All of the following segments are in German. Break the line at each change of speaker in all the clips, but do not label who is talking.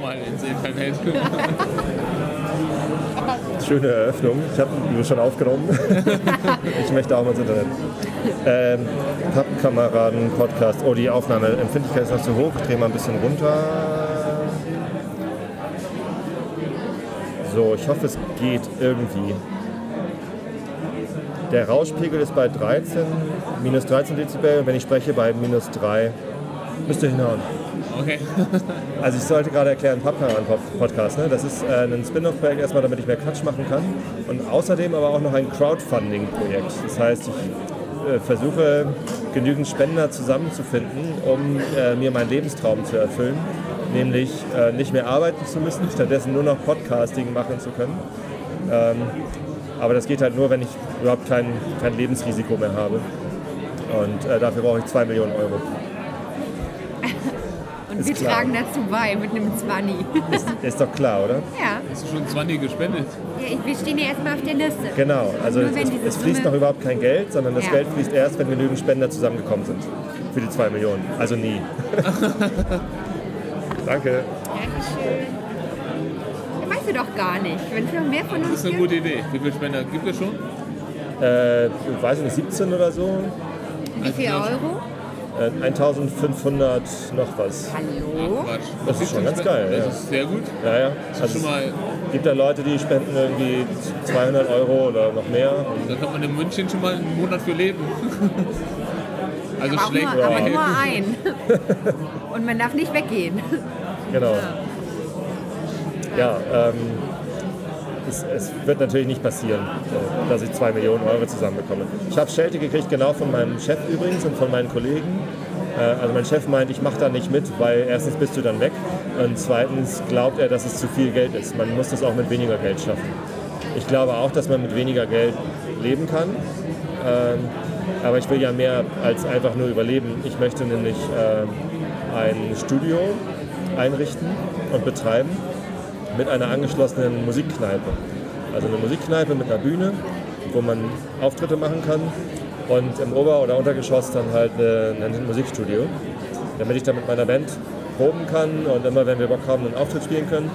mal ins Internet.
Schöne Eröffnung. Ich habe nur schon aufgenommen. ich möchte auch mal ins Internet. Ähm, Pappkameraden, Podcast. Oh, die Aufnahmeempfindlichkeit ist noch zu hoch. Ich drehe mal ein bisschen runter. So, ich hoffe, es geht irgendwie. Der Rauschpegel ist bei 13, minus 13 Dezibel. Und wenn ich spreche, bei minus 3. Müsste hinhauen.
Okay.
Also ich sollte gerade erklären, Pappkameraden-Podcast, ne? das ist äh, ein Spin-off-Projekt erstmal, damit ich mehr Quatsch machen kann. Und außerdem aber auch noch ein Crowdfunding-Projekt. Das heißt, ich äh, versuche genügend Spender zusammenzufinden, um äh, mir meinen Lebenstraum zu erfüllen. Nämlich äh, nicht mehr arbeiten zu müssen, stattdessen nur noch Podcasting machen zu können. Ähm, aber das geht halt nur, wenn ich überhaupt kein, kein Lebensrisiko mehr habe. Und äh, dafür brauche ich 2 Millionen Euro.
Und
Ist
wir
klar.
tragen dazu bei mit einem Zwanni.
Ist, ist doch klar, oder?
ja.
Hast du schon 20 gespendet?
ja, ich- wir stehen ja erstmal auf der Liste.
Genau, also
Nur
es,
wenn
es,
diese
es fließt
Summe-
noch überhaupt kein Geld, sondern das
Ja.
Geld fließt erst, wenn genügend Spender zusammengekommen sind. Für die 2 Millionen. Also nie. Danke.
Dankeschön. Ja, weißt du doch gar nicht. Wenn es noch mehr von
Das
uns
ist eine
gibt.
gute Idee. Wie viele Spender gibt es schon?
Äh, ich weiß nicht, 17 oder so?
Wie viel
Also
Euro?
Äh, 1500 noch was.
Hallo?
Quatsch.
Das ist schon ganz geil,
Das
ja.
ist sehr gut.
Ja, ja.
Das
Also
ist schon
es
mal,
gibt da Leute, die spenden irgendwie 200 Euro oder noch mehr.
da kann man in München schon mal einen Monat für leben. Also
Aber, auch
schlecht.
nur, aber
aber
nur ein. Und man darf nicht weggehen.
Genau. Ja, ähm, es, es wird natürlich nicht passieren, äh, dass ich 2 Millionen Euro zusammenbekomme. Ich habe Schelte gekriegt, genau von meinem Chef übrigens und von meinen Kollegen. Äh, Also mein Chef meint, ich mache da nicht mit, weil erstens bist du dann weg und zweitens glaubt er, dass es zu viel Geld ist. Man muss das auch mit weniger Geld schaffen. Ich glaube auch, dass man mit weniger Geld leben kann. Ähm, aber ich will ja mehr als einfach nur überleben. Ich möchte nämlich ähm, ein Studio einrichten und betreiben mit einer angeschlossenen Musikkneipe. Also eine Musikkneipe mit einer Bühne, wo man Auftritte machen kann und im Ober- oder Untergeschoss dann halt äh, ein Musikstudio, damit ich dann mit meiner Band proben kann und immer, wenn wir Bock haben, einen Auftritt spielen können.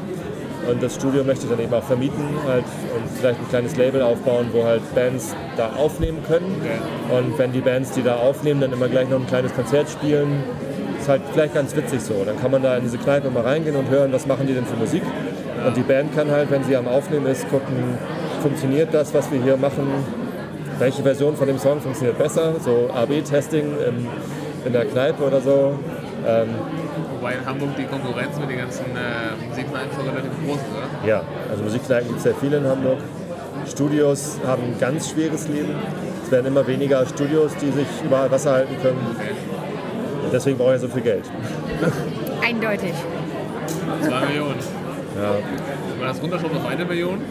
Und das Studio möchte ich dann eben auch vermieten halt, und vielleicht ein kleines Label aufbauen, wo halt Bands da aufnehmen können. Und wenn die Bands, die da aufnehmen, dann immer gleich noch ein kleines Konzert spielen, ist halt vielleicht ganz witzig so. Dann kann man da in diese Kneipe mal reingehen und hören, was machen die denn für Musik. Und die Band kann halt, wenn sie am Aufnehmen ist, gucken, funktioniert das, was wir hier machen, welche Version von dem Song funktioniert besser, so AB-Testing in, in der Kneipe oder so.
Wobei in Hamburg die Konkurrenz mit den ganzen äh, Musikvereinen schon relativ groß ist, oder?
Ja, also Musikkneipen gibt es sehr viele in Hamburg. Studios haben ein ganz schweres Leben. Es werden immer weniger Studios, die sich überall Wasser halten können.
Okay.
Und deswegen brauche ich so viel Geld.
Eindeutig.
2 Millionen. Ja. Wenn man das runterschraubt auf eine Million,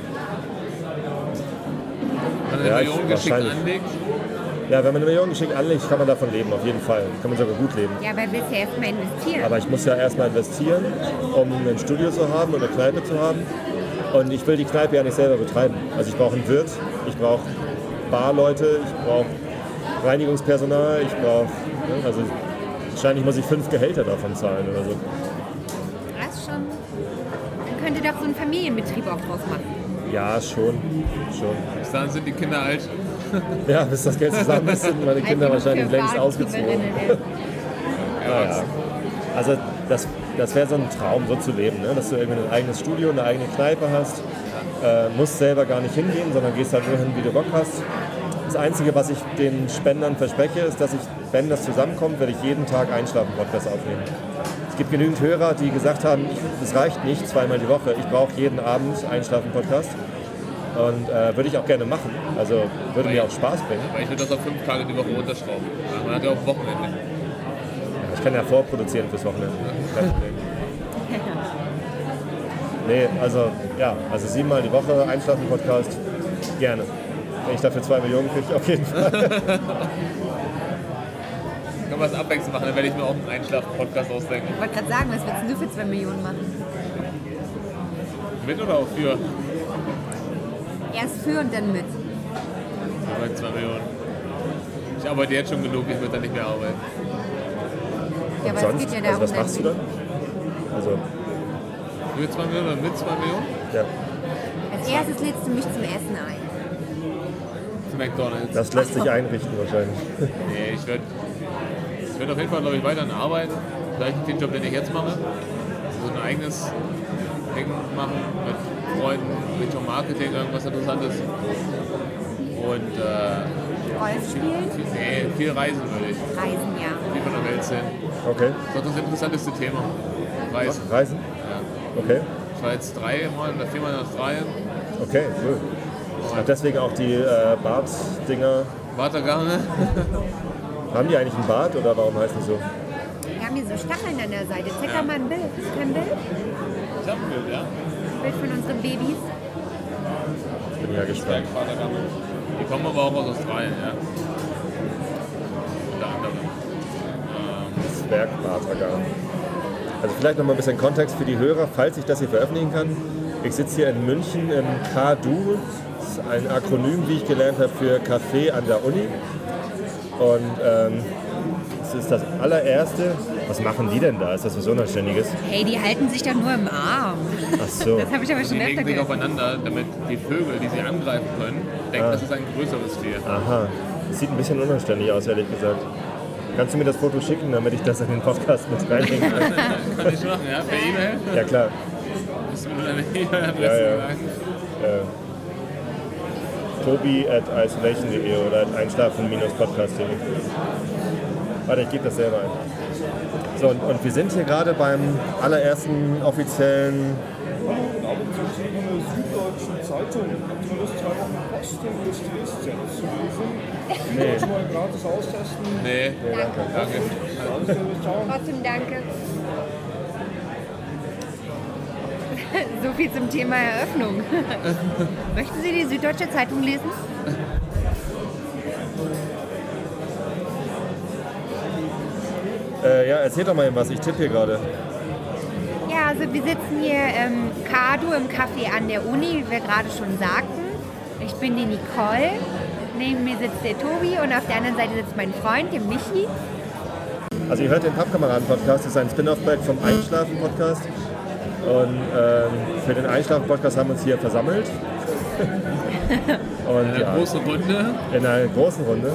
wenn man eine
Ja, ich-
Million geschickt
wahrscheinlich.
anlegt,
Ja, wenn man eine Million geschickt anlegt, kann man davon leben, auf jeden Fall. Kann man sogar gut leben.
Ja, aber willst du ja erstmal investieren?
Aber ich muss ja erstmal investieren, um ein Studio zu haben und eine Kneipe zu haben. Und ich will die Kneipe ja nicht selber betreiben. Also ich brauche einen Wirt, ich brauche Barleute, ich brauche Reinigungspersonal, ich brauche... Ne, also wahrscheinlich muss ich fünf Gehälter davon zahlen oder so.
das ist schon. Dann könnte doch so ein Familienbetrieb auch draus machen.
Ja, schon. schon.
bis dahin sind die Kinder alt.
Ja, bis das Geld zusammen ist, sind meine Kinder
Also
wahrscheinlich
für
längst ausgezogen.
Barkeeperinnen.
Ja. Also das, das wäre so ein Traum, so zu leben, ne? dass du irgendwie ein eigenes Studio, eine eigene Kneipe hast, äh, musst selber gar nicht hingehen, sondern gehst halt nur hin, wie du Bock hast. Das Einzige, was ich den Spendern verspreche, ist, dass ich, wenn das zusammenkommt, werde ich jeden Tag Einschlafen-Podcast aufnehmen. Es gibt genügend Hörer, die gesagt haben, ich- es reicht nicht zweimal die Woche, ich brauche jeden Abend Einschlafen-Podcast. Und äh, würde ich auch gerne machen. Also würde mir auch Spaß bringen.
Weil ich würde das auf fünf Tage die Woche runterschrauben. Weil Man hat ja auch Wochenende.
Ich kann ja vorproduzieren fürs Wochenende. Kein Problem. Nee, also ja, also siebenmal die Woche Einschlafen-Podcast, gerne. Wenn ich dafür zwei Millionen kriege, auf jeden Fall.
Kann man das abwechselnd machen, dann werde ich mir auch einen Einschlafen-Podcast ausdenken.
Ich wollte gerade sagen, was willst du für 2 Millionen machen?
Mit oder auch für?
Erst für und dann mit.
Bei 2 Millionen. Ich arbeite jetzt schon genug, ich würde dann nicht mehr arbeiten.
Ja, aber es
Sonst,
geht ja
also
um darum,
was machst du dann? Also,
Ich Für 2 Millionen oder mit 2 Millionen?
Ja.
Als erstes lädst du mich zum Essen ein.
Zu McDonalds.
Das lässt sich einrichten wahrscheinlich.
Nee, ich werde ich werd auf jeden Fall, glaube ich, weiterhin arbeiten. Vielleicht den Job, den ich jetzt mache. Also so ein eigenes Ding machen mit Freunden, Richtung Marketing, irgendwas Interessantes. Und äh,
Golf spielen,
viel, nee, viel reisen würde ich.
reisen, ja.
Viel von der Welt sehen.
Okay.
Das ist das interessanteste Thema. Reisen.
Reisen?
Ja.
Okay.
Ich war jetzt dreimal oder viermal in Australien.
Okay, cool. Ach, deswegen auch die äh, Bart-Dinger.
Watergange.
Haben die eigentlich einen Bart oder warum heißen die so?
Wir haben hier so Stacheln an der Seite. Zeig doch mal ein Bild. Ist kein Bild?
Ich hab ein Bild, ja.
Bild von unseren Babys.
Ich bin ja gespannt.
Watergange. Die kommen aber auch aus Australien, ja. Unter anderem.
Zwergbartagan. Also vielleicht noch mal ein bisschen Kontext für die Hörer, falls ich das hier veröffentlichen kann. Ich sitze hier in München im KDU, das ist ein Akronym, wie ich gelernt habe, für Café an der Uni. Und ähm, es ist das allererste. Was machen die denn da? Ist das was Unanständiges?
Hey, die halten sich doch nur im Arm.
Ach so.
Das habe ich aber
Die
schon öfter
legen sich
gehört.
aufeinander, damit die Vögel, die sie angreifen können, denken, das ist ein größeres Tier.
Aha. Das sieht ein bisschen unanständig aus, ehrlich gesagt. Kannst du mir das Foto schicken, damit ich das in den Podcast mit reinlegen kann?
Kann ich machen, ja? Per E-Mail?
Ja, klar.
Müssen wir nur deine E-Mail-Adresse
Ja, ja.
sagen.
Tobi at isolation.de oder at einschlafen-podcast.de. Warte, ich gebe das selber ein. So, und, und wir sind hier gerade beim allerersten offiziellen.
Damit zur Themen der Süddeutschen Zeitung. Habt ihr Lust, drei Wochen Post und USBs zu lesen?
Nee.
Nee. Schon mal gratis austesten.
Nee, danke.
Danke.
Trotzdem danke. So viel zum Thema Eröffnung. Möchten Sie die Süddeutsche Zeitung lesen?
Äh, ja, erzähl doch mal eben was, ich tippe hier gerade.
Ja, also wir sitzen hier im Kado im Café an der Uni, wie wir gerade schon sagten. Ich bin die Nicole, neben mir sitzt der Tobi und auf der anderen Seite sitzt mein Freund, der Michi.
Also, ihr hört den Pappkameraden-Podcast, das ist ein Spin-off-Projekt vom Einschlafen-Podcast. Und ähm, für den Einschlafen-Podcast haben wir uns hier versammelt. Und
Eine
ja,
große Runde
in einer großen Runde.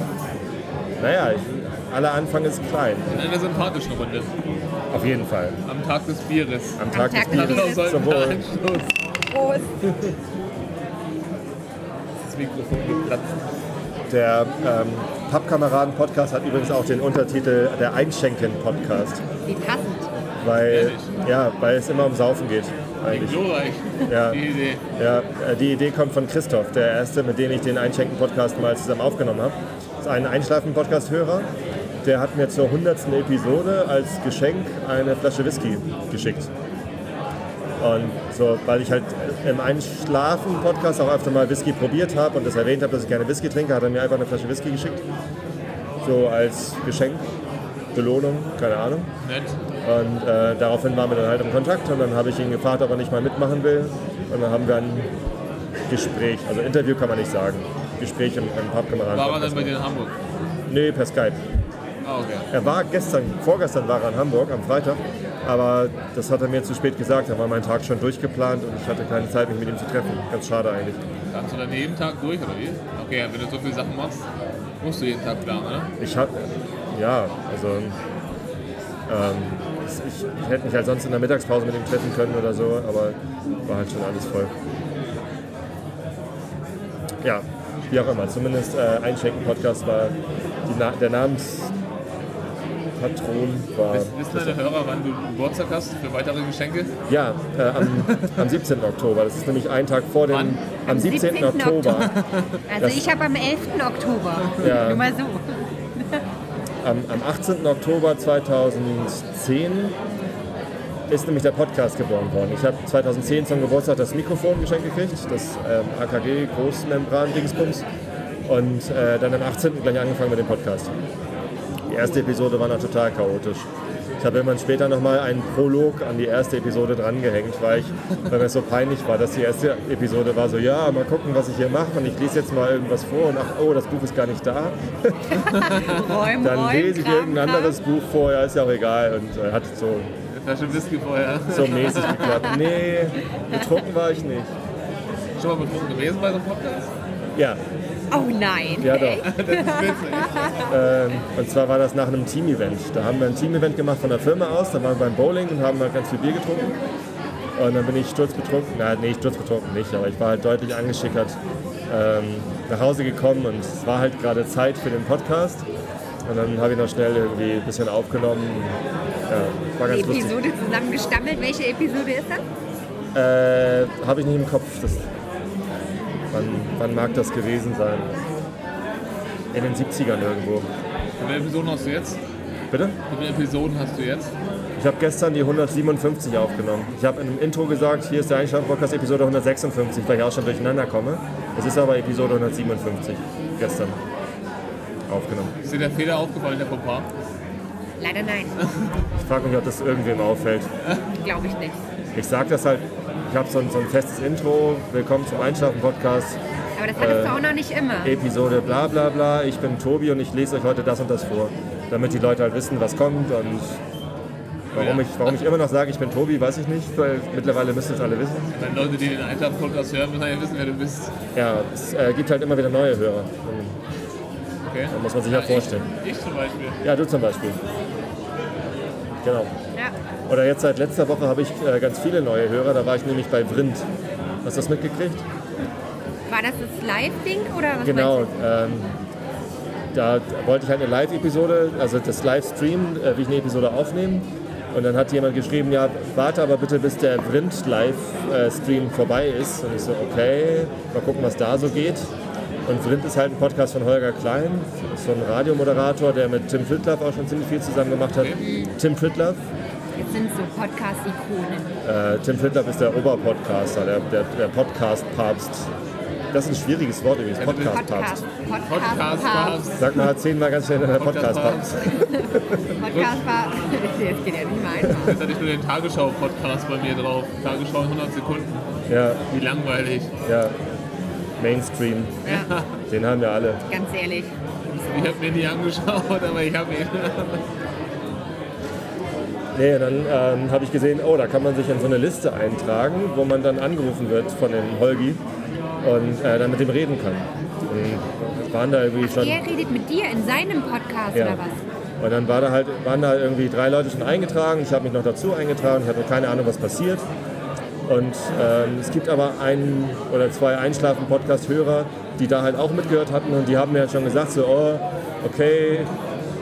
Naja, ich, aller Anfang ist klein.
in einer sympathischen Runde.
Auf jeden Fall.
Am Tag des Bieres.
Am Tag, des
Tag des
Hallo,
Bieres.
Bieres.
sollten
Zum
wir
Wohl.
Anschluss.
Prost!
Das Mikrofon geplatzt.
Der ähm, Pappkameraden-Podcast hat übrigens auch den Untertitel der Einschenken-Podcast,
Wie passend.
weil,
Ehrlich?
ja, weil es immer um Saufen geht. Eigentlich.
Glorreich.
Ja.
Die Idee.
Ja, äh, die Idee kommt von Christoph, der erste, mit dem ich den Einschenken-Podcast mal zusammen aufgenommen habe. Das ist ein Einschlafen-Podcast-Hörer. Der hat mir zur 100. Episode als Geschenk eine Flasche Whisky geschickt. Und so, weil ich halt im Einschlafen-Podcast auch öfter mal Whisky probiert habe und das erwähnt habe, dass ich gerne Whisky trinke, hat er mir einfach eine Flasche Whisky geschickt. So als Geschenk, Belohnung, keine Ahnung.
Nett.
Und äh, daraufhin waren wir dann halt im Kontakt und dann habe ich ihn gefragt, ob er nicht mal mitmachen will. Und dann haben wir ein Gespräch, also Interview kann man nicht sagen. Gespräch im, im Pappkameraden.
War er dann bei dir in Hamburg?
Nee, per Skype.
Ah, okay.
Er war gestern, vorgestern war er in Hamburg am Freitag, aber das hat er mir zu spät gesagt. Da war mein Tag schon durchgeplant und ich hatte keine Zeit, mich mit ihm zu treffen. Ganz schade eigentlich.
Kannst du dann jeden Tag durch, oder wie? Okay, ja, wenn du so viele Sachen machst, musst du jeden Tag planen, oder?
Ich hab, ja, also ähm, ich, ich hätte mich halt sonst in der Mittagspause mit ihm treffen können oder so, aber war halt schon alles voll. Ja, wie auch immer. Zumindest äh, Einschenken-Podcast war die Na der Namenspatron war.
Wissen deine Hörer, wann du Geburtstag hast für weitere Geschenke?
Ja, äh, am, am 17. Oktober. Das ist nämlich ein Tag vor dem.
Wann?
Am 17. Oktober.
Also
Das-
ich habe am 11. Oktober.
Ja.
Nur mal so.
Am, am 18. Oktober 2010 ist nämlich der Podcast geboren worden. Ich habe 2010 zum Geburtstag das Mikrofon geschenkt gekriegt, das ähm, AKG Großmembran-Dingsbums. Und äh, dann am 18. gleich angefangen mit dem Podcast. Die erste Episode war noch total chaotisch. Ich habe irgendwann später nochmal einen Prolog an die erste Episode drangehängt, weil, ich, weil mir das so peinlich war, dass die erste Episode war so, ja, mal gucken, was ich hier mache und ich lese jetzt mal irgendwas vor und ach, oh, das Buch ist gar nicht da.
Räum,
Dann
räum,
lese ich
Kram,
irgendein
Kram.
anderes Buch vor, ja, ist ja auch egal. Und äh, hat so
Flasche Whisky vorher.
So mäßig geklappt. Nee, betrunken war ich nicht.
Schon mal betrunken gewesen bei so einem Podcast?
Ja,
Oh nein.
ja doch.
Das ist witzig.
Ähm, und zwar war das nach einem Team-Event. Da haben wir ein Team-Event gemacht von der Firma aus. Da waren wir beim Bowling und haben halt ganz viel Bier getrunken. Und dann bin ich sturzbetrunken, na, nee, sturzbetrunken nicht, aber ich war halt deutlich angeschickert ähm, nach Hause gekommen und es war halt gerade Zeit für den Podcast. Und dann habe ich noch schnell irgendwie ein bisschen aufgenommen. Ja, war
Die
ganz lustig.
Episode zusammengestammelt. Welche Episode ist das?
Äh, habe ich nicht im Kopf. Das, wann, wann mag das gewesen sein? In den 70ern irgendwo.
Wie viele Episoden hast du jetzt?
Bitte?
Wie viele Episoden hast du jetzt?
Ich habe gestern die 157 aufgenommen. Ich habe in einem Intro gesagt, hier ist der Einschlag-Podcast Episode 156, weil ich auch schon durcheinander komme. Es ist aber Episode 157 gestern aufgenommen.
Ist dir der Fehler aufgefallen, der Fauxpas?
Leider nein.
Ich frage mich, ob das irgendwem auffällt.
Glaube ich nicht.
Ich sage das halt, ich habe so ein, so ein festes Intro, willkommen zum Einschlafen-Podcast,
Aber das
Äh,
hattest du auch noch nicht immer.
Episode bla bla bla, ich bin Tobi und ich lese euch heute das und das vor, damit die Leute halt wissen, was kommt und warum ich, warum ich immer noch sage, ich bin Tobi, weiß ich nicht, weil mittlerweile müssen es alle wissen.
Wenn Leute, die den Einschlaf-Podcast hören, müssen ja wissen, wer du bist.
Ja, es äh, gibt halt immer wieder neue Hörer. Und
Okay?
Da muss man sich ja vorstellen.
Ich, ich zum Beispiel.
Ja, du zum Beispiel. Genau.
Ja.
Oder jetzt seit letzter Woche habe ich äh, ganz viele neue Hörer. Da war ich nämlich bei Vrind. Hast du das mitgekriegt?
War das das Live-Ding oder was
Genau.
meinst
Ähm, da wollte ich halt eine Live-Episode, also das Livestream, äh, wie ich eine Episode aufnehme. Und dann hat jemand geschrieben, ja, warte aber bitte, bis der Vrind-Live-Stream vorbei ist. Und ich so, okay, mal gucken, was da so geht. Und Vrind ist halt ein Podcast von Holger Klein, Das ist so ein Radiomoderator, der mit Tim Pritlaff auch schon ziemlich viel zusammen gemacht hat. Tim Pritlaff,
du? Jetzt sind so Podcast-Ikonen.
äh, Tim Pritlaff ist der Oberpodcaster, der, der, der Podcast-Papst. Das ist ein schwieriges Wort übrigens, Podcast-Papst.
Podcast. Podcast. Podcast.
Podcast-Papst.
Sag mal zehnmal ganz schnell in der
Podcast
Podcast.
Papst.
Podcast. war- Jetzt geht ja nicht mehr einfach. ne?
Jetzt hatte ich nur den Tagesschau-Podcast bei mir drauf. Tagesschau in 100 Sekunden.
Ja,
Wie langweilig.
ja. Mainstream,
Ja,
den haben wir alle.
ganz ehrlich.
Ich habe mir nie angeschaut, aber ich habe ihn.
Nee, und dann ähm, habe ich gesehen, oh, da kann man sich in so eine Liste eintragen, wo man dann angerufen wird von dem Holgi und äh, dann mit dem reden kann. Und waren da irgendwie schon.
Er redet mit dir in seinem Podcast
Ja.
oder was?
Und dann war da halt, waren da irgendwie drei Leute schon eingetragen. Ich habe mich noch dazu eingetragen. Ich hatte keine Ahnung, was passiert. Und ähm, es gibt aber einen oder zwei Einschlafen-Podcast-Hörer, die da halt auch mitgehört hatten. Und die haben mir halt schon gesagt, so, oh, okay,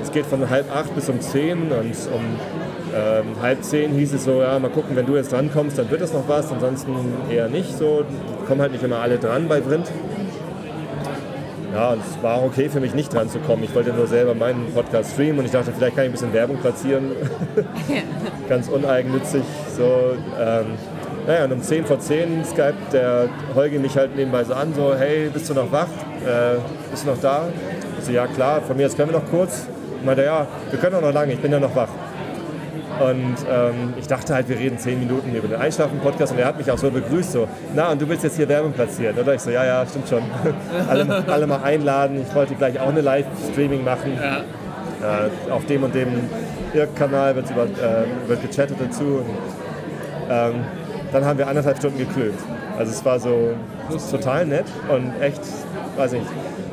es geht von halb acht bis um zehn. Und um ähm, halb zehn hieß es so, ja, mal gucken, wenn du jetzt drankommst, dann wird das noch was. Ansonsten eher nicht so. Kommen halt nicht immer alle dran bei Print. Ja, und es war auch okay für mich nicht dran zu kommen. Ich wollte nur selber meinen Podcast streamen und ich dachte, vielleicht kann ich ein bisschen Werbung platzieren. Ganz uneigennützig. So, ähm, naja, und um 10 vor 10 Skype der Holgi mich halt nebenbei so an, so, hey, bist du noch wach? Äh, bist du noch da? Ich so, ja klar, von mir aus können wir noch kurz. Und meinte, ja, wir können auch noch lange, ich bin ja noch wach. Und ähm, ich dachte halt, wir reden zehn Minuten über den Einschlafen-Podcast und er hat mich auch so begrüßt, so, na, und du willst jetzt hier Werbung platzieren, oder? Ich so, ja, ja, stimmt schon. alle, alle mal einladen, ich wollte gleich auch eine Live-Streaming machen. Äh, auf dem und dem Irk-Kanal wird, über- äh, wird gechattet dazu. Und, ähm, dann haben wir anderthalb Stunden geklönt. Also es war so total nett und echt, weiß nicht,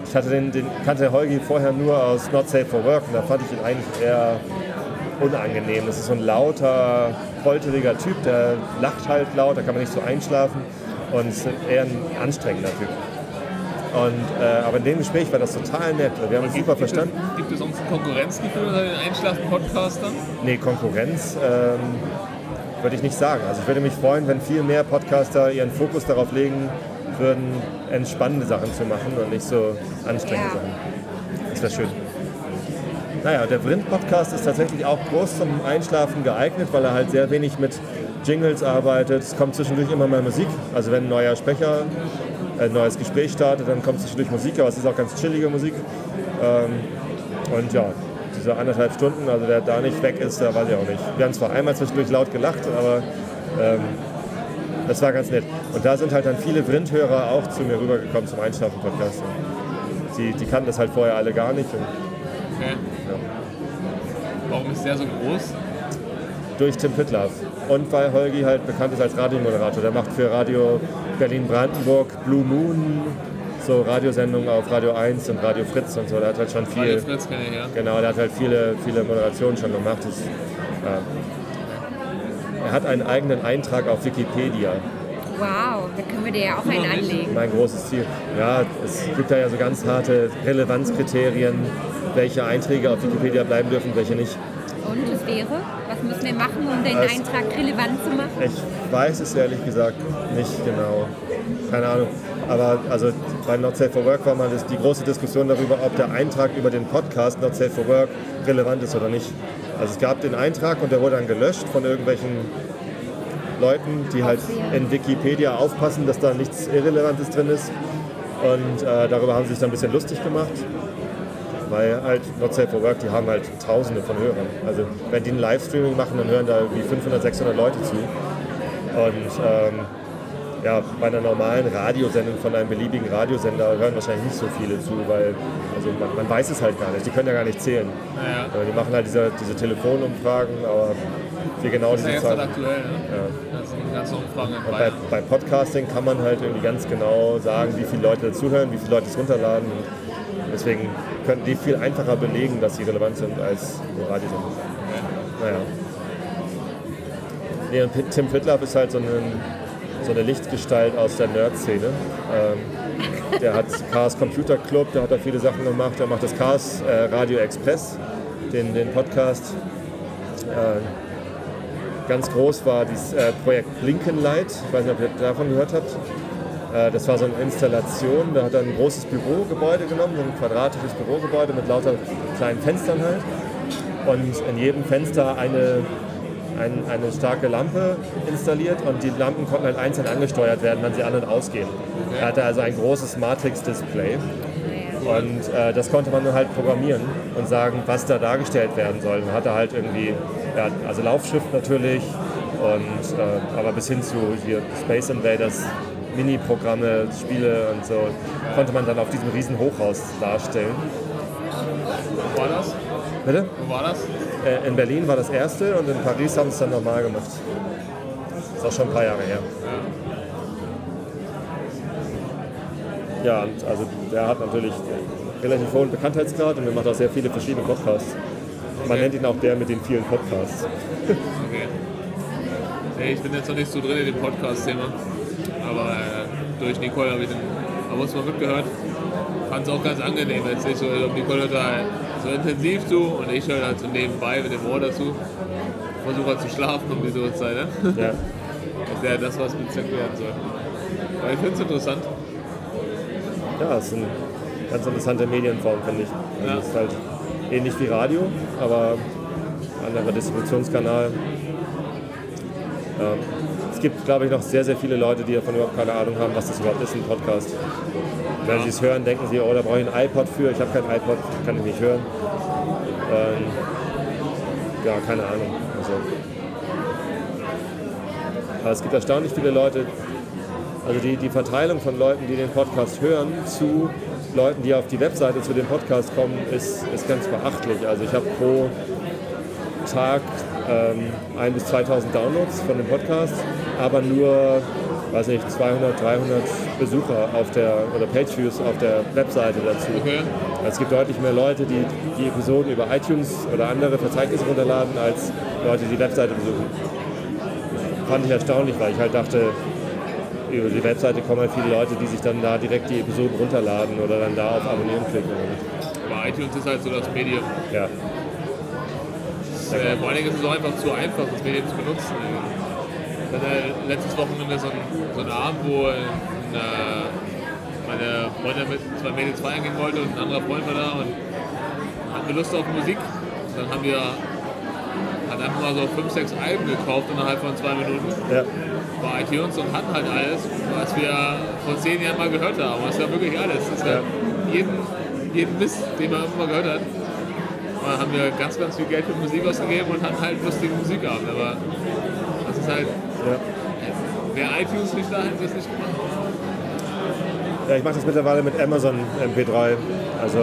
ich hatte den, den kannte Holgi vorher nur aus Not Safe for Work und da fand ich ihn eigentlich eher unangenehm. Das ist so ein lauter, polteriger Typ, der lacht halt laut, da kann man nicht so einschlafen und ist eher ein anstrengender Typ. Und, äh, aber in dem Gespräch war das total nett. Wir haben uns super verstanden.
Gibt es, gibt es sonst ein Konkurrenzgefühl unter den Einschlaf-Podcastern?
Nee, Konkurrenz ähm, würde ich nicht sagen. Also ich würde mich freuen, wenn viel mehr Podcaster ihren Fokus darauf legen würden, entspannende Sachen zu machen und nicht so anstrengende
Ja.
Sachen. Das wäre schön. Naja, der Vrind-Podcast ist tatsächlich auch groß zum Einschlafen geeignet, weil er halt sehr wenig mit Jingles arbeitet. Es kommt zwischendurch immer mal Musik. Also wenn ein neuer Sprecher äh, ein neues Gespräch startet, dann kommt zwischendurch Musik, aber es ist auch ganz chillige Musik. Ähm, und ja, diese anderthalb Stunden, also wer da nicht weg ist, da weiß ich auch nicht. Wir haben zwar einmal zwischendurch laut gelacht, aber ähm, das war ganz nett. Und da sind halt dann viele Vrind-Hörer auch zu mir rübergekommen zum Einschlafen-Podcast. Die, die kannten das halt vorher alle gar nicht. Und
Okay. Warum ist der so groß?
durch Tim Pittlaff. Und weil Holgi halt bekannt ist als Radiomoderator. Der macht für Radio Berlin-Brandenburg Blue Moon so Radiosendungen auf Radio 1 und Radio Fritz und so. Der hat halt schon viel.
Radio Fritz kenne ich, ja.
Genau, der hat halt viele, viele Moderationen schon gemacht. Das, äh, er hat einen eigenen Eintrag auf Wikipedia.
Wow, da können wir dir ja auch einen
Noch nicht.
anlegen.
Mein großes Ziel. Ja, es gibt da ja so ganz harte Relevanzkriterien, welche Einträge auf Wikipedia bleiben dürfen, welche nicht.
Und es wäre, was müssen wir machen, um deinen
Das-
Eintrag relevant zu machen?
Ich weiß es ehrlich gesagt nicht genau. Keine Ahnung. Aber also bei Not Safe for Work war mal das, die große Diskussion darüber, ob der Eintrag über den Podcast Not Safe for Work relevant ist oder nicht. Also es gab den Eintrag und der wurde dann gelöscht von irgendwelchen Leuten, die halt
Aufseher.
in Wikipedia aufpassen, dass da nichts Irrelevantes drin ist. Und äh, darüber haben sie sich dann ein bisschen lustig gemacht. Weil halt Not Safe for Work, die haben halt Tausende von Hörern. Also wenn die ein Livestreaming machen, dann hören da irgendwie 500, 600 Leute zu. Und ähm, ja, bei einer normalen Radiosendung von einem beliebigen Radiosender hören wahrscheinlich nicht so viele zu, weil also man, man weiß es halt gar nicht. Die können ja gar nicht zählen.
Naja,
Äh, Die machen halt diese, diese Telefonumfragen, aber wie genau
das ist ja
diese
jetzt halt
Zahlen.
aktuell, ne? Das sind die ganzen Umfragen in
Und bei,
Bayern.
bei Podcasting kann man halt irgendwie ganz genau sagen, wie viele Leute zuhören, wie viele Leute es runterladen. Und deswegen können die viel einfacher belegen, dass sie relevant sind als nur Radiosender. Naja. Nee, und Pi- Tim Pritlaff ist halt so, ein, so eine Lichtgestalt aus der Nerd-Szene. Ähm, der hat Cars Computer Club, der hat da viele Sachen gemacht. Der macht das Cars äh, Radio Express, den, den Podcast. Äh, ganz groß war dieses äh, Projekt Blinkenlight. Ich weiß nicht, ob ihr davon gehört habt. Äh, Das war so eine Installation, da hat er ein großes Bürogebäude genommen, so ein quadratisches Bürogebäude mit lauter kleinen Fenstern halt und in jedem Fenster eine, ein, eine starke Lampe installiert und die Lampen konnten halt einzeln angesteuert werden, wann sie an- und ausgehen. Er hatte also ein großes Matrix-Display und äh, das konnte man dann halt programmieren und sagen, was da dargestellt werden soll. Und hatte halt irgendwie, ja, also Laufschrift natürlich, und, äh, aber bis hin zu hier Space Invaders. Mini-Programme, Spiele und so konnte man dann auf diesem riesen Hochhaus darstellen.
Wo war das?
Bitte?
Wo war das?
Äh, In Berlin war das erste und in Paris haben sie es dann normal gemacht. Ist auch schon ein paar Jahre her. Ja, und also der hat natürlich relativ hohen Bekanntheitsgrad und der macht auch sehr viele verschiedene Podcasts. Man nennt ihn auch der mit den vielen Podcasts.
Okay. Nee, ich bin jetzt noch nicht so drin in dem Podcast-Thema. Aber äh, durch Nicole habe ich den Abos mal mitgehört. Fand es auch ganz angenehm. Jetzt nicht so, ich glaub, Nicole hört da halt so intensiv zu und ich höre halt so nebenbei mit dem Ohr dazu. Versuche halt zu schlafen um diese Uhrzeit. Ne?
Ja.
Das ist ja das, was bezirkt werden soll. Aber ich finde es interessant.
Ja, es ist eine ganz interessante Medienform, finde ich. Also
Ja.
Es ist halt ähnlich wie Radio, aber anderer Distributionskanal. Ähm, es gibt, glaube ich, noch sehr, sehr viele Leute, die davon überhaupt keine Ahnung haben, was das überhaupt ist, ein Podcast. Wenn sie es hören, denken sie, oh, da brauche ich ein iPod für. Ich habe kein iPod, kann ich nicht hören. Ähm, ja, keine Ahnung. Also, aber es gibt erstaunlich viele Leute, also die, die Verteilung von Leuten, die den Podcast hören, zu Leuten, die auf die Webseite zu dem Podcast kommen, ist, ist ganz beachtlich. Also ich habe pro Tag ähm, 1.000 bis 2.000 Downloads von dem Podcast, aber nur, weiß nicht, 200, 300 Besucher auf der, oder Pageviews auf der Webseite dazu.
Okay.
Es gibt deutlich mehr Leute, die die Episoden über iTunes oder andere Verzeichnisse runterladen, als Leute, die die Webseite besuchen. Fand ich erstaunlich, weil ich halt dachte, über die Webseite kommen halt viele Leute, die sich dann da direkt die Episoden runterladen oder dann da auf Abonnieren klicken.
Aber iTunes ist halt so das Medium.
Ja,
Äh, vor allen Dingen ist es auch einfach zu einfach, das Medium zu benutzen. Ich hatte letztes Wochenende so einen, so einen Abend, wo äh, meine Freundin mit zwei Mädels feiern gehen wollte und ein anderer Freund war da und hatten wir Lust auf Musik. Und dann haben wir hat einfach mal so fünf, sechs Alben gekauft innerhalb von zwei Minuten
ja,
bei iTunes und hatten halt alles, was wir vor zehn Jahren mal gehört haben. Das war wirklich alles. Das war
Ja.
jeden, jeden Mist, den man immer gehört hat. Da haben wir ganz, ganz viel Geld für Musik ausgegeben und hatten halt lustige Musikabend. Aber das ist halt,
ja.
wäre iTunes nicht da, hätten wir es nicht gemacht.
Ja, ich mache das mittlerweile mit Amazon MP3. Also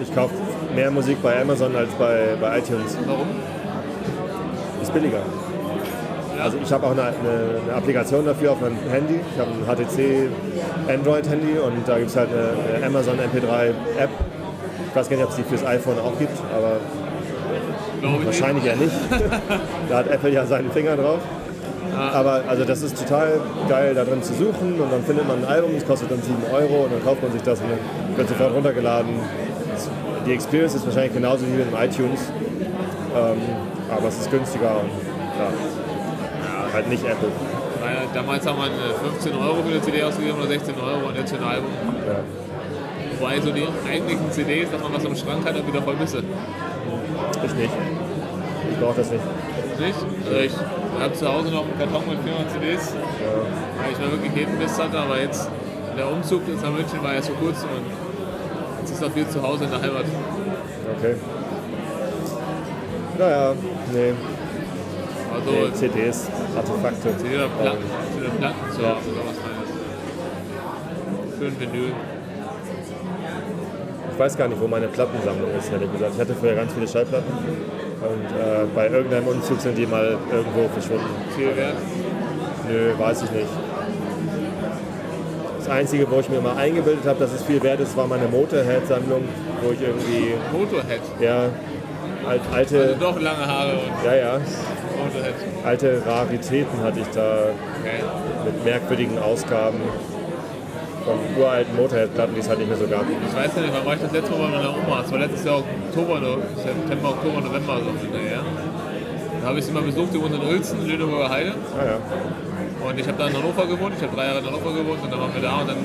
ich kaufe mehr Musik bei Amazon als bei, bei iTunes.
Warum?
Ist billiger. Also ich habe auch eine, eine, eine Applikation dafür auf meinem Handy. Ich habe ein HTC Android-Handy und da gibt es halt eine, eine Amazon MP3-App. Ich weiß gar nicht, ob es die fürs iPhone auch gibt, aber
Glaube ich.
wahrscheinlich ja nicht. da hat Apple ja seinen Finger drauf. Aber also das ist total geil, da drin zu suchen und dann findet man ein Album, das kostet dann 7 Euro und dann kauft man sich das und dann wird sofort runtergeladen. Die Experience ist wahrscheinlich genauso wie mit dem iTunes, ähm, aber es ist günstiger und ja, halt nicht Apple.
Weil Damals haben wir äh, 15 Euro für eine CD ausgegeben oder 16 Euro und jetzt für ein Album.
Ja.
Wobei so die eigentlichen CDs, dass man was im Schrank hat und wieder vermisse.
Ich nicht. Ich brauche das nicht.
Nicht? Also ich habe zu Hause noch einen Karton mit 400 CDs, weil ich mal wirklich jeden Mist hatte, aber jetzt der Umzug jetzt nach München war erst vor kurzem und jetzt ist auch viel zu Hause in der Heimat.
Okay. Naja, nee,
Also
nee
jetzt
CDs, Artefakte. Ähm,
wieder Platten, wieder Platten zu Hause oder was Neues. Schön Vinyl.
Ich weiß gar nicht, wo meine Plattensammlung ist, ehrlich gesagt. Ich hatte früher ganz viele Schallplatten und äh, bei irgendeinem Umzug sind die mal irgendwo verschwunden.
Viel wert.
Nö, weiß ich nicht. Das Einzige, wo ich mir mal eingebildet habe, dass es viel wert ist, war meine Motorhead-Sammlung, wo ich irgendwie
Motorhead.
ja, alt, alte,
Also doch lange Haare und
ja, ja,
Motorhead.
alte Raritäten hatte ich da
Okay.
mit merkwürdigen Ausgaben von uralten Motorhead-Platten, die es halt nicht mehr so gab.
Ich weiß ja nicht, wann war ich das letzte Mal bei meiner Oma? Es war letztes Jahr Oktober, no- September, Oktober, November so hinterher. Da habe ich sie mal besucht, die wohnt in Uelzen, Lüneburger Heide.
Ah ja,
Und ich habe da in Hannover gewohnt, ich habe drei Jahre in Hannover gewohnt und dann waren wir da und dann,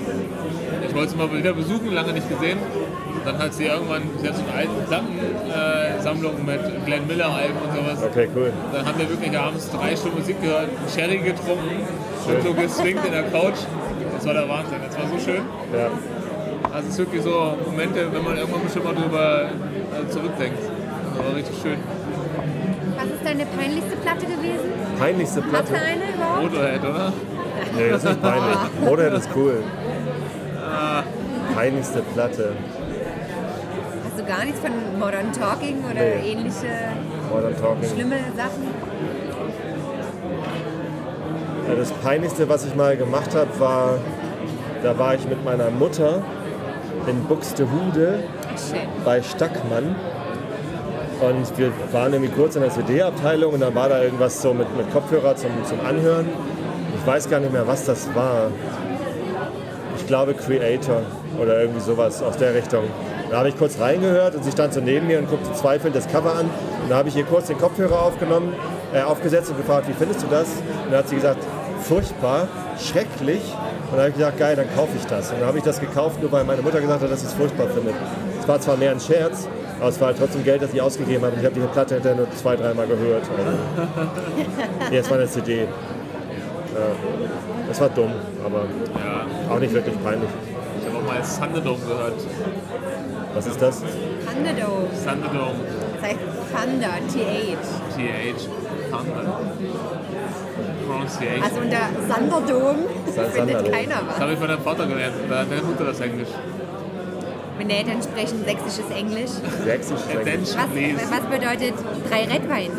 ich wollte sie mal wieder besuchen, lange nicht gesehen. Und dann hat sie irgendwann, sie hat so eine alte Plattensammlung mit Glenn Miller-Alben und sowas.
okay, cool.
Dann haben wir wirklich abends drei Stunden Musik gehört, Sherry getrunken und so geswingt in der Couch. Das war der Wahnsinn, das war so schön.
Ja.
Also es ist wirklich so Momente, wenn man irgendwann bestimmt mal drüber äh, zurückdenkt. Das war richtig schön.
Was ist deine peinlichste Platte gewesen?
Peinlichste
Hast
Platte.
du eine überhaupt?
Motorhead, oder?
Nee, das ist nicht peinlich. Motorhead ist cool. Peinlichste Platte.
Hast du gar nichts von Modern Talking oder
Nee.
ähnliche
Modern Talking.
schlimme Sachen?
Ja, Das Peinlichste, was ich mal gemacht habe, war, da war ich mit meiner Mutter in Buxtehude
Shit.
bei Stackmann. Und wir waren irgendwie kurz in der CD-Abteilung und dann war da irgendwas so mit, mit Kopfhörer zum, zum Anhören. Ich weiß gar nicht mehr, was das war. Ich glaube Creator oder irgendwie sowas aus der Richtung. Da habe ich kurz reingehört und sie stand so neben mir und guckte zweifelnd das Cover an. Und da habe ich ihr kurz den Kopfhörer aufgenommen, äh, aufgesetzt und gefragt, wie findest du das? Und dann hat sie gesagt, furchtbar, schrecklich. Und dann habe ich gesagt, geil, dann kaufe ich das. Und dann habe ich das gekauft, nur weil meine Mutter gesagt hat, dass sie es furchtbar findet. Es war zwar mehr ein Scherz, aber es war halt trotzdem Geld, das ich ausgegeben habe. Und ich habe die Platte hinterher nur zwei, dreimal gehört. Also, nee, es war eine CD. Ja, das war dumm, aber
Ja,
auch nicht wirklich peinlich.
ich habe auch mal Thunderdome gehört.
Was ist das?
Thunderdome.
Thunderdome
Das heißt Thunder, TH.
TH. Thunder. Pronunciation.
Also unter Thunderdome
heißt
findet
Thunderdome.
keiner
Das
was.
habe ich von meinem Vater gelernt. Da hat meine Mutter das Englisch.
Meine Eltern sprechen sächsisches Englisch.
Sächsisch? Sächsisch.
Attention,
Was,
please.
was bedeutet drei Redwein?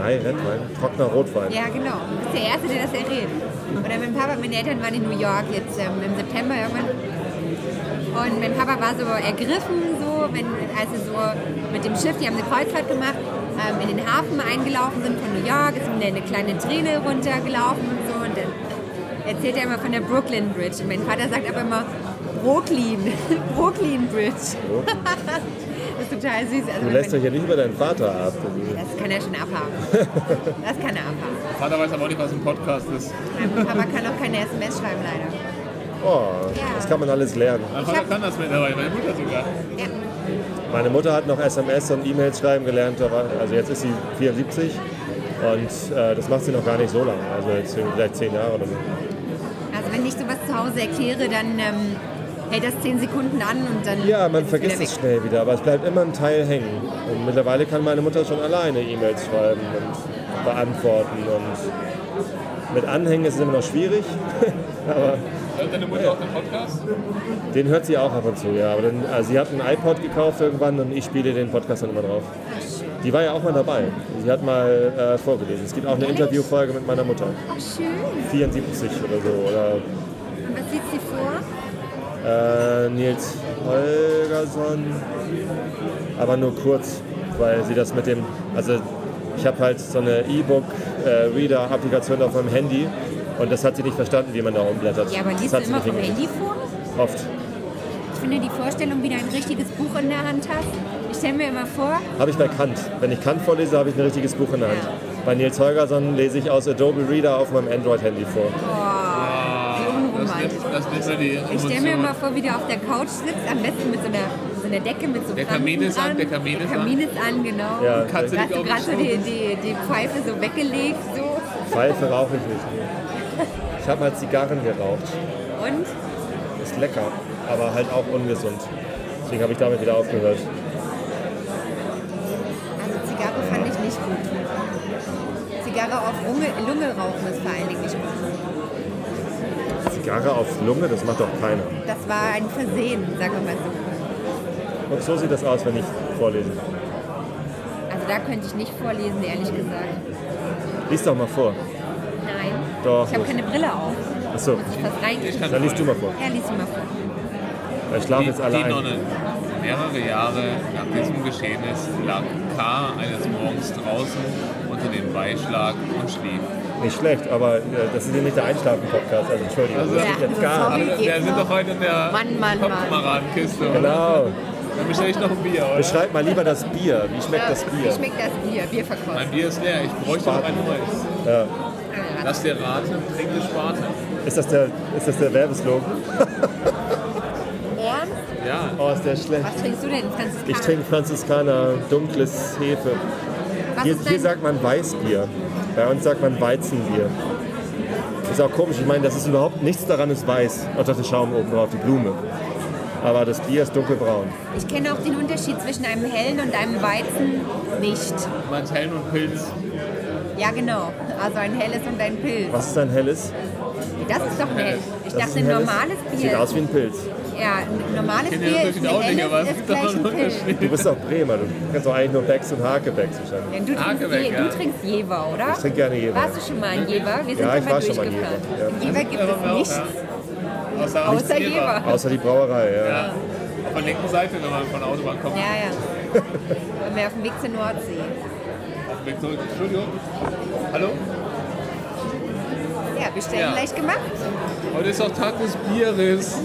Nein, Rentwein. Trockener Rotwein.
Ja, genau. Du bist der Erste, der das errät. Oder mein Papa, meine Eltern waren in New York jetzt ähm, im September irgendwann. Und mein Papa war so ergriffen, so, wenn, als sie so mit dem Schiff, die haben eine Kreuzfahrt gemacht, ähm, in den Hafen eingelaufen sind von New York, ist mir eine kleine Träne runtergelaufen und so. Und dann erzählt er immer von der Brooklyn Bridge. Und mein Vater sagt aber immer Brooklyn, Brooklyn Bridge. das ist total süß. Also
Du
wenn
lässt
man,
euch ja nicht über deinen Vater ab.
das kann er schon abhaben. Das kann er abhaben.
Mein Vater weiß aber auch nicht, was ein Podcast ist.
Mein Papa kann auch keine SMS schreiben, leider.
Oh, das kann man alles lernen.
Mein Vater kann das mittlerweile, meine Mutter sogar.
Ja.
Meine Mutter hat noch SMS und E-Mails schreiben gelernt, aber- also jetzt ist sie 74 und äh, das macht sie noch gar nicht so lange, also jetzt irgendwie vielleicht 10 Jahre oder so.
Also wenn ich sowas zu Hause erkläre, dann ähm, hält das 10 Sekunden an und dann
Ja, man
ist
vergisst
wieder
es
weg.
schnell wieder, aber es bleibt immer ein Teil hängen. Und mittlerweile kann meine Mutter schon alleine E-Mails schreiben und beantworten und Mit Anhängen ist es immer noch schwierig, aber
Hört deine Mutter auch den Podcast?
den hört sie auch ab und zu, ja. Aber dann, also sie hat einen iPod gekauft irgendwann und ich spiele den Podcast dann immer drauf.
Ach, schön.
Die war ja auch mal dabei. Sie hat mal äh, vorgelesen. Es gibt auch eine
Ehrlich?
Interviewfolge mit meiner Mutter.
Ach, schön.
74 oder so. Oder
Und was liest sie vor?
Äh, Nils Holgersson, aber nur kurz, weil sie das mit dem, also ich habe halt so eine E-Book-Reader-Applikation auf meinem Handy und das hat sie nicht verstanden, wie man da umblättert.
Ja, aber
das
liest
hat
du immer
nicht
vom
hingekriegt.
Handy vor?
Oft.
Ich finde die Vorstellung, wie du ein richtiges Buch in der Hand hast. Ich stelle mir immer vor,
Habe ich bei Kant. Wenn ich Kant vorlese, habe ich ein richtiges Buch in der Hand.
Ja.
Bei Nils Holgersson lese ich aus Adobe Reader auf meinem Android-Handy vor.
wie
Ah, Das
unromantisch.
nimmt, das nimmt mir die Emotion.
Ich stelle mir immer vor, wie du auf der Couch sitzt, am besten mit so einer, so einer Decke, mit so
Der Kamin
Pflanzen
ist an, der Kamin ist an.
Kamin ist an, genau.
Ja,
Katze
Da hast
liegt
du
auf
gerade
dem
so
Schoß.
die, die, die Pfeife so weggelegt, so.
Pfeife rauche ich nicht. Nee. Ich habe mal Zigarren geraucht.
Und?
Ist lecker, aber halt auch ungesund. Deswegen habe ich damit wieder aufgehört.
Also Zigarre fand ich nicht gut. Zigarre auf Lunge, Lunge rauchen ist vor allen Dingen nicht gut.
Zigarre auf Lunge, das macht doch keiner.
Das war ein Versehen, sagen wir mal so.
Und so sieht das aus, wenn ich vorlese.
Also da könnte ich nicht vorlesen, ehrlich gesagt.
Lies doch mal vor.
Nein.
Doch.
Ich habe keine Brille auf.
Achso,
Ich fast
Ich
reingekriegt.
kann
dann liest du mal vor.
Ja, lies sie mal vor.
Ich schlafe
Die,
jetzt
die
allein.
Nonne. Mehrere Jahre nach diesem Geschehnis lag K. eines Morgens draußen unter dem Beischlag und schlief.
Nicht schlecht, aber äh, das ist hier nicht der Einschlafen-Podcast. Also Entschuldigung,
Also-
das geht
Ja,
jetzt
so
gar
sorry.
nicht.
Also, wir
geht's
sind
noch?
doch heute in der
Mann, Mann, Mann.
Kopfkameradenkiste. oder?
Genau.
Dann bestelle ich noch ein Bier, oder?
Beschreib mal lieber das Bier. Wie schmeckt das
Wie
Bier?
schmeckt das Bier? Bier verkostet.
Mein Bier ist leer, ich bräuchte noch ein neues.
Ja.
Lass dir raten, trinke Sparte.
Ist, das der, ist das der Werbeslogan?
Ernst?
Ja,
Oh, ist der schlecht.
Was trinkst du denn, Franziskaner?
Ich trinke Franziskaner dunkles Hefe.
Was
Hier,
ist
hier
dein,
sagt man Weißbier. Bei uns sagt man Weizenbier. Ist auch komisch, ich meine, das ist überhaupt nichts daran ist weiß, Oh, außer der Schaum oben drauf, die Blume. Aber das Bier ist dunkelbraun.
ich kenne auch den Unterschied zwischen einem hellen und einem weizen nicht.
mein Tellen und Pilz.
Ja, genau. Also ein helles und ein Pilz.
Was ist ein helles?
Das ist doch nett.
Das
Ich
ist
dachte, ein
helles.
normales
Sieht
Bier.
aus wie ein Pilz.
Ja, ein normales
Kennt
Bier
ihr
ist
den Unterschied
ein
auch nicht, aber es
helles, ist
gibt doch
gleich
einen
ein Pilz.
Unterschied.
Du bist doch Bremer, du kannst doch eigentlich nur Becks und Hakebecks wahrscheinlich.
Denn du, trinkst
Hakebeck,
Je,
ja.
du trinkst Jever, oder?
Ich trinke gerne Jever.
Warst du schon mal in Jever? Wir sind
Ja, ich
schon mal
war schon mal in
durchgefahren.
Jever, ja.
In Jever gibt
Da waren wir auch,
es nichts
ja. Außer,
außer Jever.
Außer die Brauerei, ja.
Ja, auf der linken Seite, wenn man von der Autobahn kommt.
Ja, ja. Wenn wir auf dem Weg zur Nordsee.
Auf dem Weg zurück ins Studio. Hallo?
Ja, bestellen
Ja.
gleich gemacht.
Heute ist auch Tag des Bieres.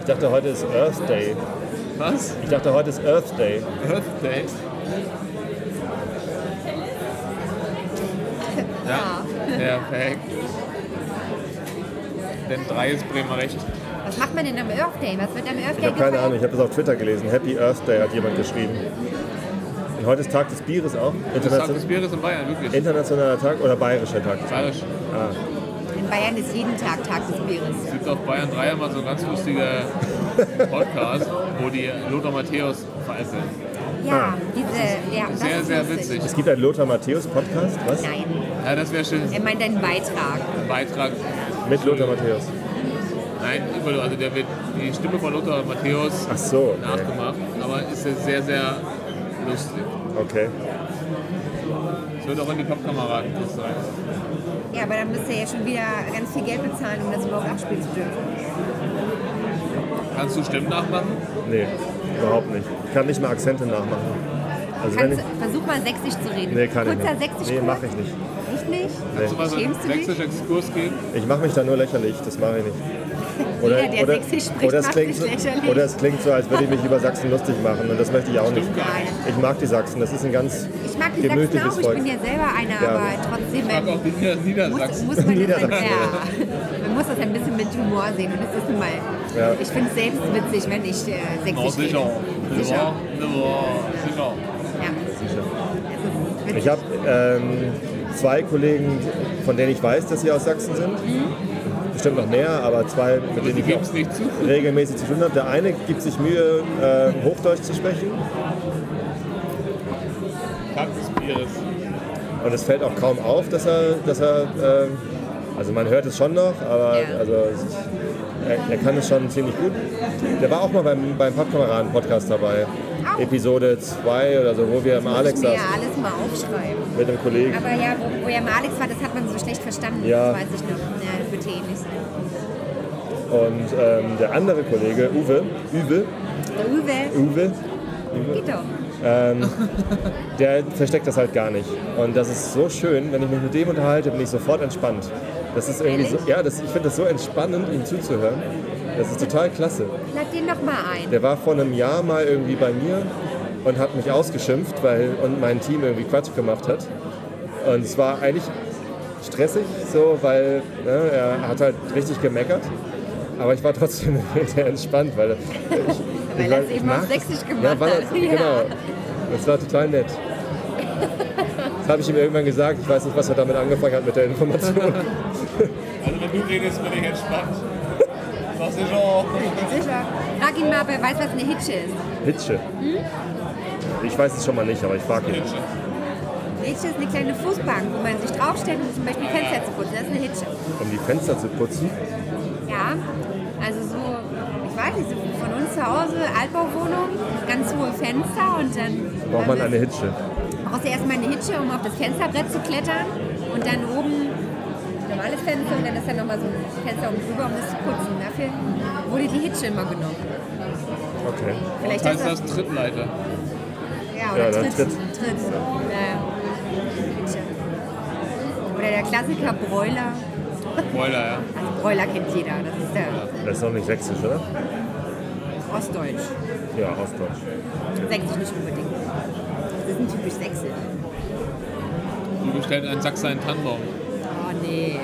Ich dachte, heute ist Earth Day.
Was?
Ich dachte, heute ist Earth Day.
Birthday? Ja. Perfekt. Denn 3 ist Bremer Recht.
Was macht man denn am Earth Day? Was wird am Earth
Ich
Day
habe keine Ahnung,
gefeiert?
ich habe das auf Twitter gelesen. Happy Earth Day hat jemand geschrieben. Und heute ist Tag des Bieres auch.
Das Tag des
Internation
Bieres in Bayern, wirklich.
internationaler Tag oder bayerischer Tag?
Bayerisch.
In Bayern ist jeden Tag Tag des Bieres.
Es gibt auf Bayern 3 mal so ein ganz lustiger Podcast, wo die Lothar Matthäus vereinzeln.
Ja,
Ah.
diese. Ja, das
Sehr,
ist
sehr
lustig.
witzig.
Es gibt einen Lothar Matthäus Podcast, was?
Nein,
Ja, das wäre schön.
er meint einen Beitrag.
Ein Beitrag.
Mit Lothar Matthäus.
Nein, über, also der wird die Stimme von Lothar Matthäus
Ach so, okay.
nachgemacht, aber ist ja sehr, sehr lustig.
okay.
Es wird auch in die Pappkameraden sein.
Ja, aber dann müsst ihr ja schon wieder ganz viel Geld bezahlen, um das überhaupt abspielen zu dürfen.
Kannst du Stimmen nachmachen?
Nee, überhaupt nicht. Ich kann nicht mal Akzente nachmachen. Also wenn ich.
Kannst, versuch mal sächsisch zu reden.
Nee, kann ich
Kurzer
nicht.
sächsisch
Nee,
Kurs?
mache ich nicht.
Echt nicht?
Kannst du mal so einen
Schämst du dich?
sächsischen Exkurs geben?
Ich mache mich da nur lächerlich, das mache ich nicht.
Jeder, der Sächsisch spricht,
oder, es
macht
klingt
sich
so,
lächerlich.
oder es klingt so, als würde ich mich über Sachsen lustig machen und das möchte ich auch nicht.
Stimmt gar nicht.
Ich mag die Sachsen, das ist ein ganz
Ich mag die Sachsen
gemütliches
auch, ich
Volk.
bin ja selber einer,
Ja.
aber trotzdem. äh,
Ich mag auch die Nieder-
muss,
Niedersachsen.
muss man, das
Niedersachsen.
ein, ja, man muss das ein bisschen mit Humor sehen und das ist nun mal.
Ja.
Ich finde es selbst witzig, wenn ich äh,
Oh,
sächsisch
sicher. Sicher.
rede. Sicher.
Sicher.
Ja. Es ist witzig.
Ich habe ähm, zwei Kollegen, von denen ich weiß, dass sie aus Sachsen sind.
Mhm.
Bestimmt noch mehr, aber zwei, mit
Und
denen
die
ich
geben
auch
es nicht zu.
regelmäßig zu tun habe. Der eine gibt sich Mühe, äh, Hochdeutsch zu sprechen.
Tag des Bieres.
Und es fällt auch kaum auf, dass er, dass er ähm, also man hört es schon noch, aber
Ja.
also, er, er kann es schon ziemlich gut. Der war auch mal beim, beim Pappkameraden-Podcast dabei.
Au.
Episode 2 oder so, wo wir im Alex
Muss ich mir ja
saßen
alles mal aufschreiben.
mit einem Kollegen.
Aber ja, wo, wo er mal Alex war, das hat man so schlecht verstanden.
Ja.
Das weiß ich noch. Na, das wird eh nicht
Und
sein.
ähm, der andere Kollege, Uwe, Uwe,
Der Uwe,
Uwe,
geht doch.
der versteckt das halt gar nicht. Und das ist so schön, wenn ich mich mit dem unterhalte, bin ich sofort entspannt. Das ist irgendwie so,
Ehrlich?
ja, das, ich finde das so entspannend, ihm zuzuhören. Das ist total klasse.
Lad den doch mal ein.
Der war vor einem Jahr mal irgendwie bei mir und hat mich ausgeschimpft, weil und mein Team irgendwie Quatsch gemacht hat. Und es war eigentlich stressig, so, weil ne, er hat halt richtig gemeckert. Aber ich war trotzdem sehr entspannt, weil ich,
Weil
ich
er
war-
es
ich
eben auf
mag-
Sächsisch gemacht
ja, weil er-
hat. Ja.
Genau. Das war total nett. Das habe ich ihm irgendwann gesagt. Ich weiß nicht, was er damit angefangen hat mit der Information.
Also wenn du redest, bin ich entspannt. Sagst du schon.
Sicher. Frag ihn mal, ob er weiß, was eine Hitsche ist.
Hitsche.
Hm?
Ich weiß es schon mal nicht, aber ich frage ihn.
Eine Hitsche ist eine kleine Fußbank, wo man sich draufstellt, um zum Beispiel Fenster zu putzen. Das ist eine Hitsche.
Um die Fenster zu putzen.
Ja, also so, ich weiß nicht, so von uns zu Hause, Altbauwohnung, ganz hohe Fenster und dann
braucht man
dann
eine Hitsche.
brauchst du erstmal eine Hitsche, um auf das Fensterbrett zu klettern und dann oben ein normales Fenster und dann ist da nochmal so ein Fenster oben drüber, um das zu putzen. Dafür wurde die Hitsche immer genommen.
Okay.
Vielleicht
Heißt
hast
das Trittleiter?
du- ja, oder
Ja, dann
Tritt.
Tritt.
Tritt. Naja, Hitsche. Oder der Klassiker Broiler.
Boiler, ja.
Also Broiler kennt jeder, das ist der
Das ist noch nicht sächsisch, oder?
Ostdeutsch.
Ja, Ostdeutsch.
Sächsisch nicht unbedingt. Das ist ein typisch Sächsisch.
Du bestellt einen Sachs einen Tannenbaum.
Oh nee.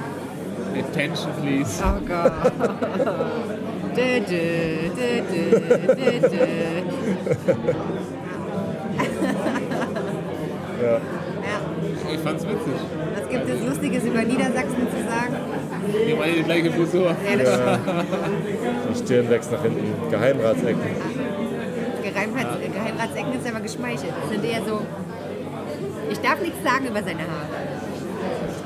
Attention, please.
Oh Gott. dö, dö, dö, dö, dö, dö.
Ja.
Ja,
Ich fand's witzig.
was gibt es Lustiges über Niedersachsen zu sagen?
Wir haben alle die gleiche Frisur.
Ja, das stimmt.
Die Stirn wächst nach hinten. Geheimratsecken.
Geheimrats äh, Geheimratsecken ist aber geschmeichelt. Das sind eher so. Ich darf nichts sagen über seine Haare.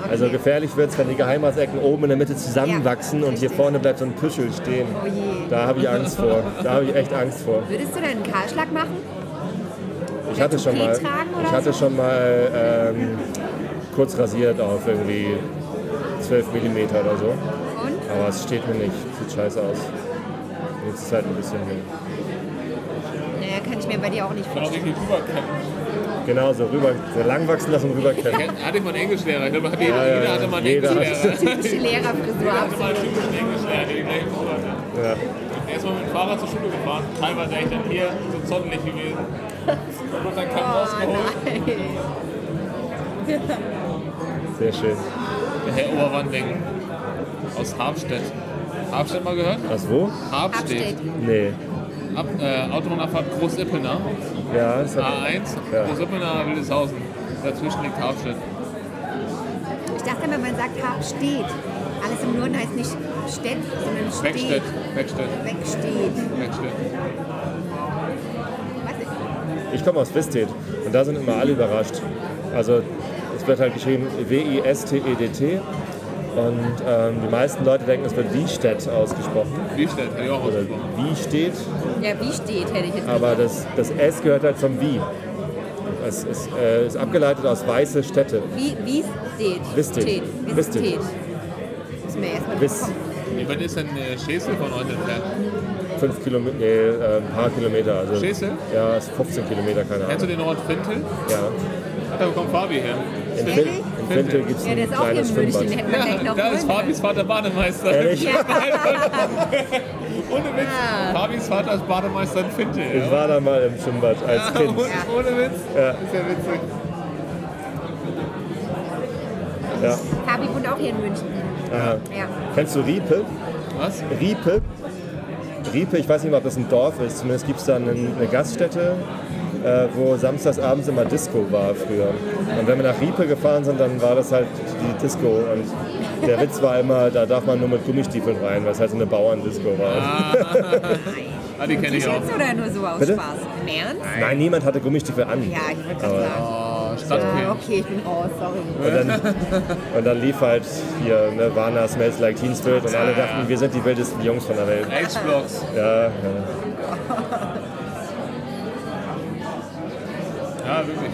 Okay.
Also gefährlich wird es, wenn die Geheimratsecken oben in der Mitte zusammenwachsen
Ja,
und hier
richtig.
vorne bleibt so ein Püschel stehen.
Oh je.
Da habe ich Angst vor. Da habe ich echt Angst vor.
Würdest du dann einen Kahlschlag machen?
Ich hatte schon mal,
Toupet tragen oder
ich hatte
so?
schon mal ähm, kurz rasiert auf irgendwie 12 mm oder so.
Und?
Aber es steht mir nicht. Sieht scheiße aus. Jetzt ist es halt ein bisschen hin.
Naja, kann ich mir bei dir auch nicht
Ich kann auch
vorstellen.
richtig rüberkämpfen.
Genau, so rüber, so lang wachsen lassen und rüberkämpfen.
Hatte ich mal einen Englischlehrer. Ich glaube, hatte jeder,
ja,
jeder
ja.
hatte mal einen
Jeder hat-
Englischlehrer.
Typische Lehrerfrisur.
Ich hatte mal
absolut.
einen typischen Englischlehrer, der die gleiche Frisur hatte.
Ja.
Erstmal mit dem Fahrrad zur Schule gefahren, teilweise echt dann hier so zottelig gewesen. Und dann kam rausgeholt.
Oh nein.
Sehr schön.
Der Herr Oberwandling aus Harpstedt. Harpstedt mal gehört?
Was wo?
Harpstedt.
Absteht.
Nee.
Ab, äh, Autobahnabfahrt Groß-Ippelner.
Ja, das
Ah.
hat,
A1,
Ja.
Groß-Ippelner, Wildeshausen. Dazwischen liegt Harpstedt.
Ich dachte immer, man sagt Hab steht. Alles im Norden heißt nicht Stett, sondern steht.
Beckstedt. Beckstedt.
Wegsteht.
Beckstedt.
Was ist?
ich komme aus Wistedt und da sind immer alle überrascht. Also es wird halt geschrieben W-I-S-T-E-D-T E und ähm, die meisten Leute denken, es wird Wiestedt ausgesprochen
Liebstedt, hätte ich auch
oder
ausgesprochen.
Wie steht,
Ja, wie steht, hätte ich jetzt
aber das, das S gehört halt zum Wie. Es ist, äh, ist abgeleitet aus weiße Städte.
Wie, wie steht?
Wisteht.
Steht. Wie
Wisteht.
steht? Muss mir erstmal
Wiss.
Wie weit ist denn äh, Schesel von euch entfernt?
Fünf Kilometer, nee, äh, ein paar Kilometer. Also,
Schäße?
Ja, es ist 15 Kilometer, keine
Kennst du
Ahnung.
den Ort Fintel?
Ja.
Ach, da kommt Fabi her.
In,
Ehrlich?
Vin- in Fintel gibt es
Ja, der
ein
ist auch hier
kleines
in München. Den
Schwimmbad.
hätten wir gleich
Ja,
noch
da ist
holen können.
Fabis Vater Bademeister.
Ehrlich?
Ohne Witz. Fabis Vater ist Bademeister in Fintel.
Ich war da mal im Schwimmbad als
Ja,
Kind.
ohne, ohne Witz.
Ja.
Ist ja witzig.
Ja.
Fabi wohnt auch hier in München.
Aha.
Ja.
Kennst du Riepe?
Was?
Riepe? Riepe, ich weiß nicht mal, ob das ein Dorf ist. Zumindest gibt es da eine, eine Gaststätte, äh, wo samstagsabends immer Disco war früher. Und wenn wir nach Riepe gefahren sind, dann war das halt die Disco. Und der Witz war immer, da darf man nur mit Gummistiefeln rein, weil es halt so eine Bauerndisco war.
Ah, die kenne ich auch.
T-Shirts oder nur so aus
Bitte?
Spaß? Im Ernst?
Nein, niemand hatte Gummistiefel an.
Ja, ich würde
Aber-
sagen.
Oh, Stadtfilm.
Ah, okay, ich bin raus, sorry.
Und dann, und dann lief halt hier ne, Warner Smells Like Teen Spirit und alle
Ja, ja.
dachten, wir sind die wildesten Jungs von der Welt.
H-Blocks.
Ja, ja.
Ja, wirklich.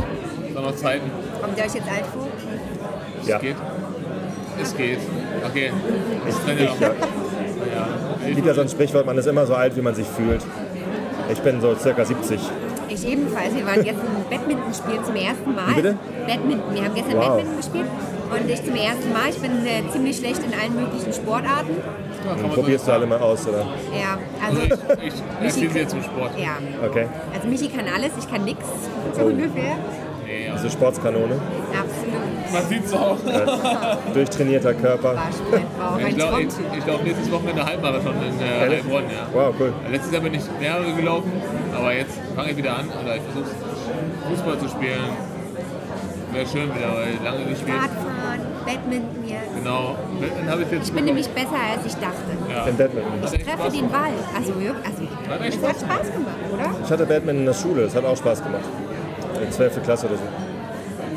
Es waren noch Zeiten.
Kommt ihr euch jetzt alt vor?
Es
ja.
geht. Es geht. Okay.
Ich,
trenne
ich,
noch.
ja.
Ja.
Gibt ja so ein Sprichwort, man ist immer so alt, wie man sich fühlt. Ich bin so circa 70.
Ich ebenfalls. Wir waren gestern Badminton spielen zum ersten Mal.
Wie bitte?
Badminton. Wir haben gestern
Wow.
Badminton gespielt. Und ich zum ersten Mal. Ich bin äh, ziemlich schlecht in allen möglichen Sportarten.
Ja, kann
Dann
man
probierst
so
du alle mal aus, oder?
Ja, also.
sagen. Ich, ich erzähle dir zum Sport.
Ja.
Okay.
Also Michi kann alles, ich kann nichts. So
Oh.
ungefähr.
Nee, also ja.
Diese Also Sportskanone,
Absolut.
Man sieht's auch.
durchtrainierter Körper.
War Sportfrau,
Ich
mein
glaube, ich,
Traumtyp.
ich glaub, nächstes Wochenende Halbmarathon in äh,
Ehrlich?
Heilbronn, ja.
Wow, cool.
Letztes Jahr bin ich mehrere gelaufen, aber jetzt fange ich wieder an oder ich versuche Fußball zu spielen. Wäre schön wieder, weil lange
Ah.
gespielt.
Radfahren, Badminton jetzt.
Genau. Dann habe ich jetzt
Ich bin nämlich besser, als ich dachte.
ja.
Im Badminton.
Hat echt
Ich treffe
Spaß
den
gemacht.
Ball. Also wirklich. Also,
Hat echt
es
Spaß
hat Spaß gemacht, oder?
Ich hatte Badminton in der Schule, das hat auch Spaß gemacht. In 12. Klasse oder so.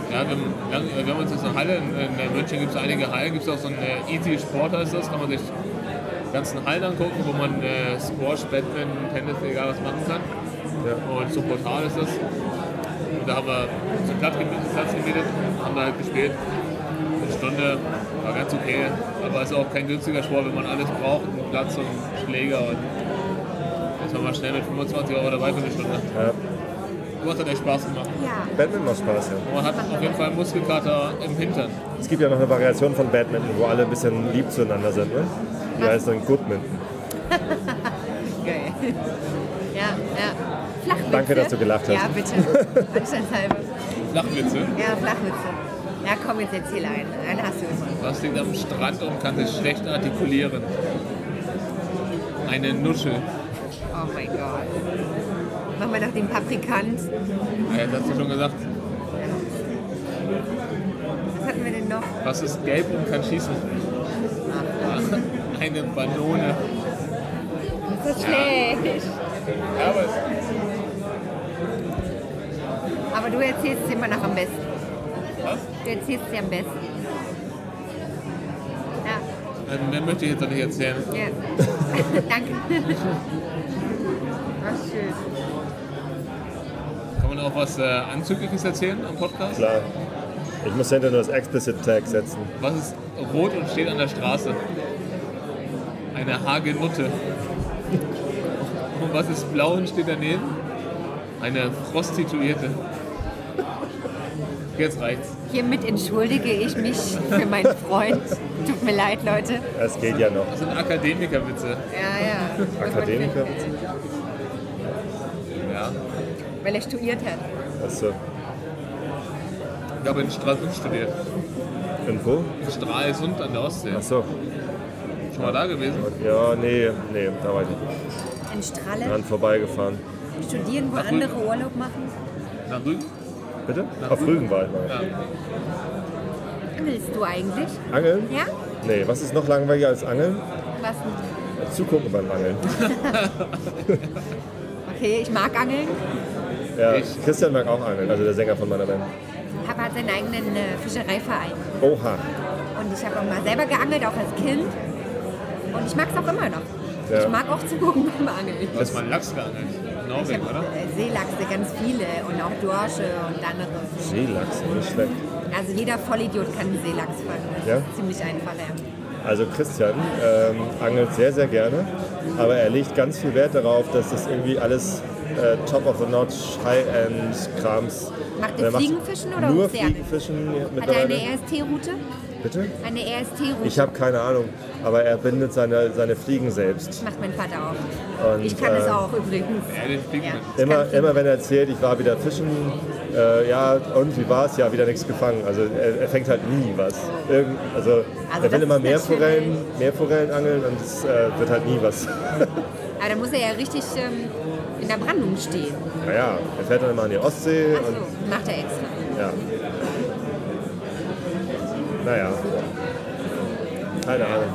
Ja, wir haben, lang- wir haben uns jetzt eine Halle, in, in München gibt es einige Hallen, gibt es auch so ein äh, Easy Sport heißt das, kann man sich die ganzen Hallen angucken, wo man äh, Squash, Badminton, Tennis, egal was machen kann. Und so brutal ist das. Und da haben wir so einen Platz gemietet, Platz gemietet haben da halt gespielt. Eine Stunde war ganz okay, aber ist auch kein günstiger Sport, wenn man alles braucht, einen Platz und einen Schläger und jetzt war mal schnell mit 25 Euro dabei für eine Stunde.
Ja.
Du hast hat echt Spaß gemacht.
Ja.
Badminton macht Spaß, ja.
Und Man hat auf jeden Fall Muskelkater im Hintern.
Es gibt ja noch eine Variation von Badminton, wo alle ein bisschen lieb zueinander sind, ne? Die heißt dann Goodminton.
Geil. Ja, ja. Flachwitze.
Danke, dass du gelacht hast.
Ja, bitte. Anstandshalber.
Flachwitze.
Ja, Flachwitze. Ja, komm, jetzt erzähl einen. Einen hast du immer.
Was liegt am Strand und kann sich schlecht artikulieren? Eine Nusche.
Oh mein Gott. Machen wir noch den Paprikant.
Ja, das hast du schon gesagt.
Was hatten wir denn noch?
Was ist gelb und kann schießen? Eine Banone.
Das ist schlecht.
Ja, aber es-
Aber du erzählst es immer noch am besten.
was?
Du erzählst es dir am besten. Ja,
Ähm, Mehr möchte ich jetzt auch nicht erzählen.
ja. Danke. Was schön.
Kann man auch was äh, Anzügliches erzählen am Podcast?
Klar. Ich muss hinter nur das Explicit Tag setzen.
Was ist rot und steht an der Straße? Eine Hagenutte. Und was ist blau und steht daneben? Eine Prostituierte. Jetzt reicht's.
Hiermit entschuldige ich mich für meinen Freund. Tut mir leid, Leute.
Es geht ja noch.
Das sind Akademikerwitze.
Ja, ja.
Akademiker?
Ja.
Weil er studiert hat.
Weißt du,
Ich habe in Stralsund studiert.
irgendwo?
In Stralsund an der Ostsee.
Ach so.
Schon mal da gewesen?
Ja, nee, nee, da war ich nicht.
In Stralle
dran vorbeigefahren.
studieren, wo
Ach,
andere Urlaub machen.
Nach Rügen?
Bitte? Auf Rügen war ich mal.
Ja.
Willst du eigentlich?
Angeln?
Ja?
Nee, was ist noch langweiliger als Angeln?
Was nicht?
Zugucken beim Angeln.
Okay, ich mag Angeln.
Ja,
Ich-
Christian mag auch Angeln, also der Sänger von meiner Band.
Papa hat seinen eigenen äh, Fischereiverein.
Oha.
Und ich habe auch mal selber geangelt, auch als Kind. Und ich mag es auch immer noch.
Ja.
Ich mag auch zugucken beim Angeln.
Du hast mal einen Lachs geangelt. In
Ich
Norwegen,
habe
oder?
äh, Seelachse, ganz viele und auch Dorsche und andere Fische.
Seelachs, nicht schlecht.
Also jeder Vollidiot kann einen Seelachs fangen. Das
Ja?
ist ziemlich einfach. Ja.
Also Christian ähm, angelt sehr, sehr gerne, aber er legt ganz viel Wert darauf, dass das irgendwie alles äh, top of the notch, High-End-Krams.
Macht
Und er
ihr
macht's
Fliegenfischen oder
Nur
Ozeane?
Fliegenfischen
Hat er eine
mittlerweile.
RST-Route?
Bitte?
Eine E RST-Route.
Ich habe keine Ahnung, aber er bindet seine, seine Fliegen selbst.
Das macht mein Vater auch.
Und,
ich kann es
äh,
auch übrigens.
Ehrlich, fliegt
Ja.
man.
Ich kann
Immer,
fliegen.
immer wenn er erzählt, ich war wieder fischen, äh, ja, und wie war es? Ja, wieder nichts gefangen. Also er, er fängt halt nie was. Irgend, also, er
das
will immer
ist
mehr
natürlich-
Forellen, mehr Forellen angeln und es äh, wird halt nie was.
Aber da muss er ja richtig ähm, in der Brandung stehen.
Naja, er fährt dann immer an die Ostsee
Ach
und
so, macht er extra.
ja. Naja. Keine Ahnung.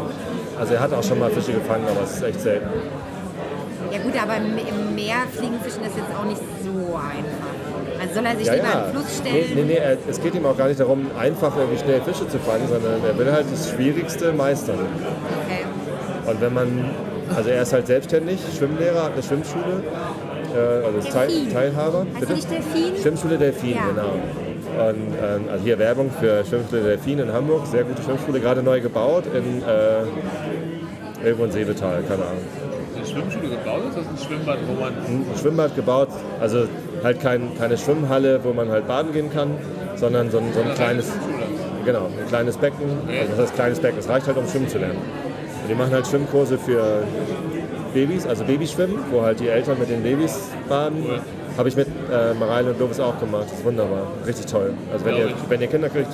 Also er hat auch schon mal Fische gefangen, aber es ist echt selten.
Ja gut, aber im im Meer Fliegenfischen ist jetzt auch nicht so einfach. Also soll er sich
Ja,
lieber
ja.
an den Fluss
Nee,
stellen?
nee, nee, er- es geht ihm auch gar nicht darum, einfach irgendwie schnell Fische zu fangen, sondern er will halt das Schwierigste meistern.
Okay.
Und wenn man, also er ist halt selbstständig, Schwimmlehrer, hat eine Schwimmschule, äh, also ist Teil,
Delfin.
Teilhaber.
Heißt du nicht Delfin?
Schwimmschule Delfin,
Ja.
genau. Und ähm, also hier Werbung für Schwimmschule Delfin in Hamburg, sehr gute Schwimmschule, gerade neu gebaut in äh, irgendwo in Seebetal, keine Ahnung.
Eine Schwimmschule gebaut ist, das ist ein Schwimmbad, wo man
Ein Schwimmbad gebaut, also halt kein, keine Schwimmhalle, wo man halt baden gehen kann, sondern so ein, so ein
eine
kleines,
Schwimmschule.
genau, ein kleines Becken. Also das heißt kleines Becken, es reicht halt, um schwimmen zu lernen. Und die machen halt Schwimmkurse für Babys, also Babyschwimmen, wo halt die Eltern mit den Babys baden. Habe ich mit äh, Mareile und Lovis auch gemacht. Das ist wunderbar. Richtig toll. Also wenn,
Glaub
ihr,
ich.
wenn ihr Kinder kriegt,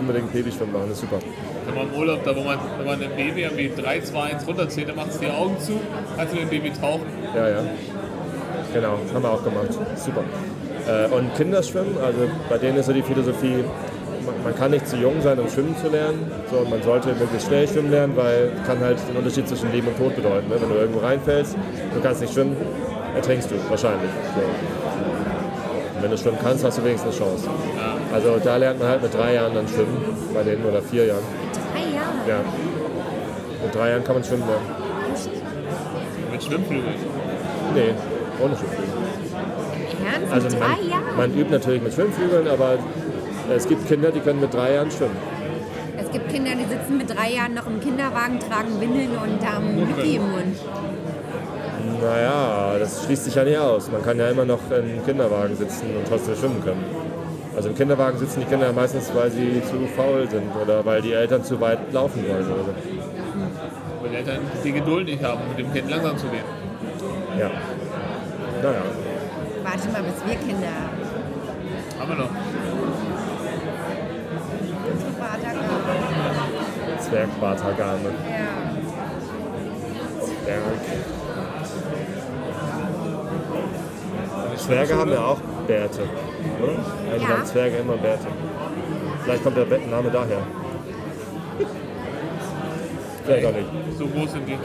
unbedingt Babyschwimmen machen. Das ist super.
Wenn man im Urlaub, da wo man, wenn man ein Baby irgendwie 3, 2, 1 runterzählt, dann macht es die Augen zu, kannst du dem Baby tauchen.
Ja, ja. Genau, haben wir auch gemacht. Super. Äh, und Kinderschwimmen, also bei denen ist so die Philosophie, man, man kann nicht zu jung sein, um schwimmen zu lernen. So, und man sollte möglichst schnell schwimmen lernen, weil kann halt den Unterschied zwischen Leben und Tod bedeuten. Ne? Wenn du irgendwo reinfällst, du kannst nicht schwimmen, ertrinkst du wahrscheinlich. So. Und Wenn du schwimmen kannst, hast du wenigstens eine Chance. Also da lernt man halt mit drei Jahren dann schwimmen, bei denen oder vier Jahren.
Ah ja.
Ja. Mit drei Jahren kann man schwimmen lernen.
Mit Schwimmflügeln.
Nee, ohne Schwimmflügel.
Ernst?
Also
Mit
man,
drei Jahren?
man übt natürlich mit Schwimmflügeln, aber es gibt Kinder, die können mit drei Jahren schwimmen.
Es gibt Kinder, die sitzen mit drei Jahren noch im Kinderwagen, tragen Windeln und haben Mücken im Mund.
Naja, das schließt sich ja nicht aus. Man kann ja immer noch im Kinderwagen sitzen und trotzdem schwimmen können. Also im Kinderwagen sitzen die Kinder meistens, weil sie zu faul sind oder weil die Eltern zu weit laufen wollen. Oder so.
Weil die Eltern die Geduld nicht haben, mit dem Kind langsam zu gehen.
Ja. Naja.
Warte mal, bis wir Kinder haben.
Haben wir noch.
Super Attacke.
Zwergbartagame.
Ja.
Zwerg. Zwerge haben ja auch Bärte, oder? Eigentlich
Ja.
haben Zwerge immer Bärte. Vielleicht kommt der Name daher. Vielleicht auch nicht.
So groß sind die.